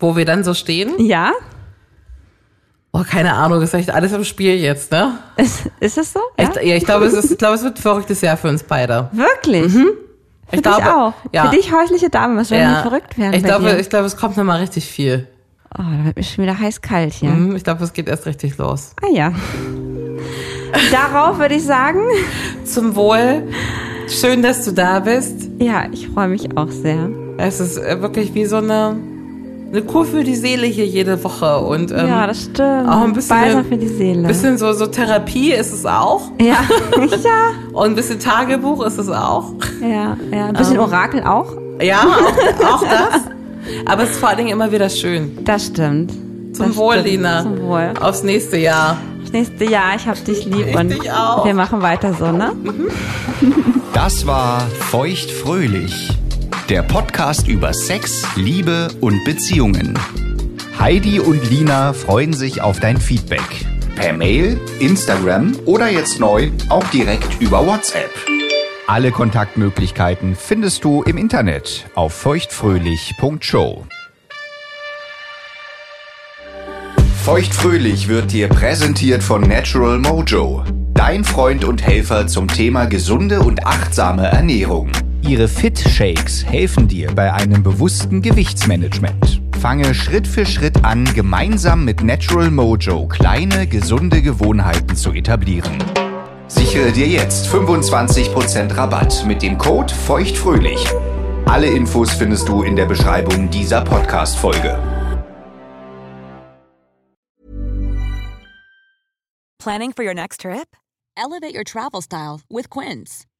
S2: Wo wir dann so stehen?
S3: Ja?
S2: Boah, keine Ahnung, ist echt alles im Spiel jetzt, ne?
S3: Ist, ist es so? Ja?
S2: Ich, ja, ich glaube, es, ist, ich glaube, es wird ein verrücktes Jahr für uns beide.
S3: Wirklich? Für
S2: Mhm. ich
S3: dich
S2: glaube,
S3: auch.
S2: Ja.
S3: Für dich häusliche Dame, was soll
S2: ja.
S3: denn verrückt werden
S2: Ich
S3: bei
S2: glaube,
S3: dir?
S2: ich glaube, es kommt nochmal richtig viel.
S3: oh, da wird mir schon wieder heiß kalt hier.
S2: Hm, Ich glaube, es geht erst richtig los.
S3: Ah ja. Darauf würde ich sagen,
S2: Zum Wohl. Schön, dass du da bist.
S3: ja, ich freue mich auch sehr.
S2: Es ist äh, wirklich wie so eine, eine Kur für die Seele hier jede Woche. Und, ähm,
S3: ja, das stimmt.
S2: auch ein bisschen-
S3: Balsam für die Seele.
S2: bisschen so, so Therapie ist es auch.
S3: ja, ja,
S2: Und ein bisschen Tagebuch ist es auch.
S3: ja, ja. Ein
S2: Ähm.
S3: bisschen Orakel auch.
S2: Ja, auch, auch das. Aber es ist vor allen Dingen immer wieder schön.
S3: Das stimmt.
S2: Zum
S3: das
S2: Wohl,
S3: stimmt.
S2: Lina.
S3: Zum Wohl.
S2: Aufs nächste Jahr.
S3: Das nächste Jahr, ich hab dich lieb
S2: Ich
S3: und
S2: dich auch.
S3: wir machen weiter so, ne?
S1: Das war Feucht fröhlich. Der Podcast über Sex, Liebe und Beziehungen. Heidi und Lina freuen sich auf dein Feedback. Per Mail, Instagram oder jetzt neu auch direkt über WhatsApp. Alle Kontaktmöglichkeiten findest du im Internet auf feuchtfröhlich.show. Feuchtfröhlich wird dir präsentiert von Natural Mojo, dein Freund und Helfer zum Thema gesunde und achtsame Ernährung. Ihre Fit-Shakes helfen dir bei einem bewussten Gewichtsmanagement. Fange Schritt für Schritt an, gemeinsam mit Natural Mojo kleine, gesunde Gewohnheiten zu etablieren. Sichere dir jetzt 25% Rabatt mit dem Code Feuchtfröhlich. Alle Infos findest du in der Beschreibung dieser Podcast-Folge.
S4: Planning for your next trip?
S7: Elevate your travel style with Quince.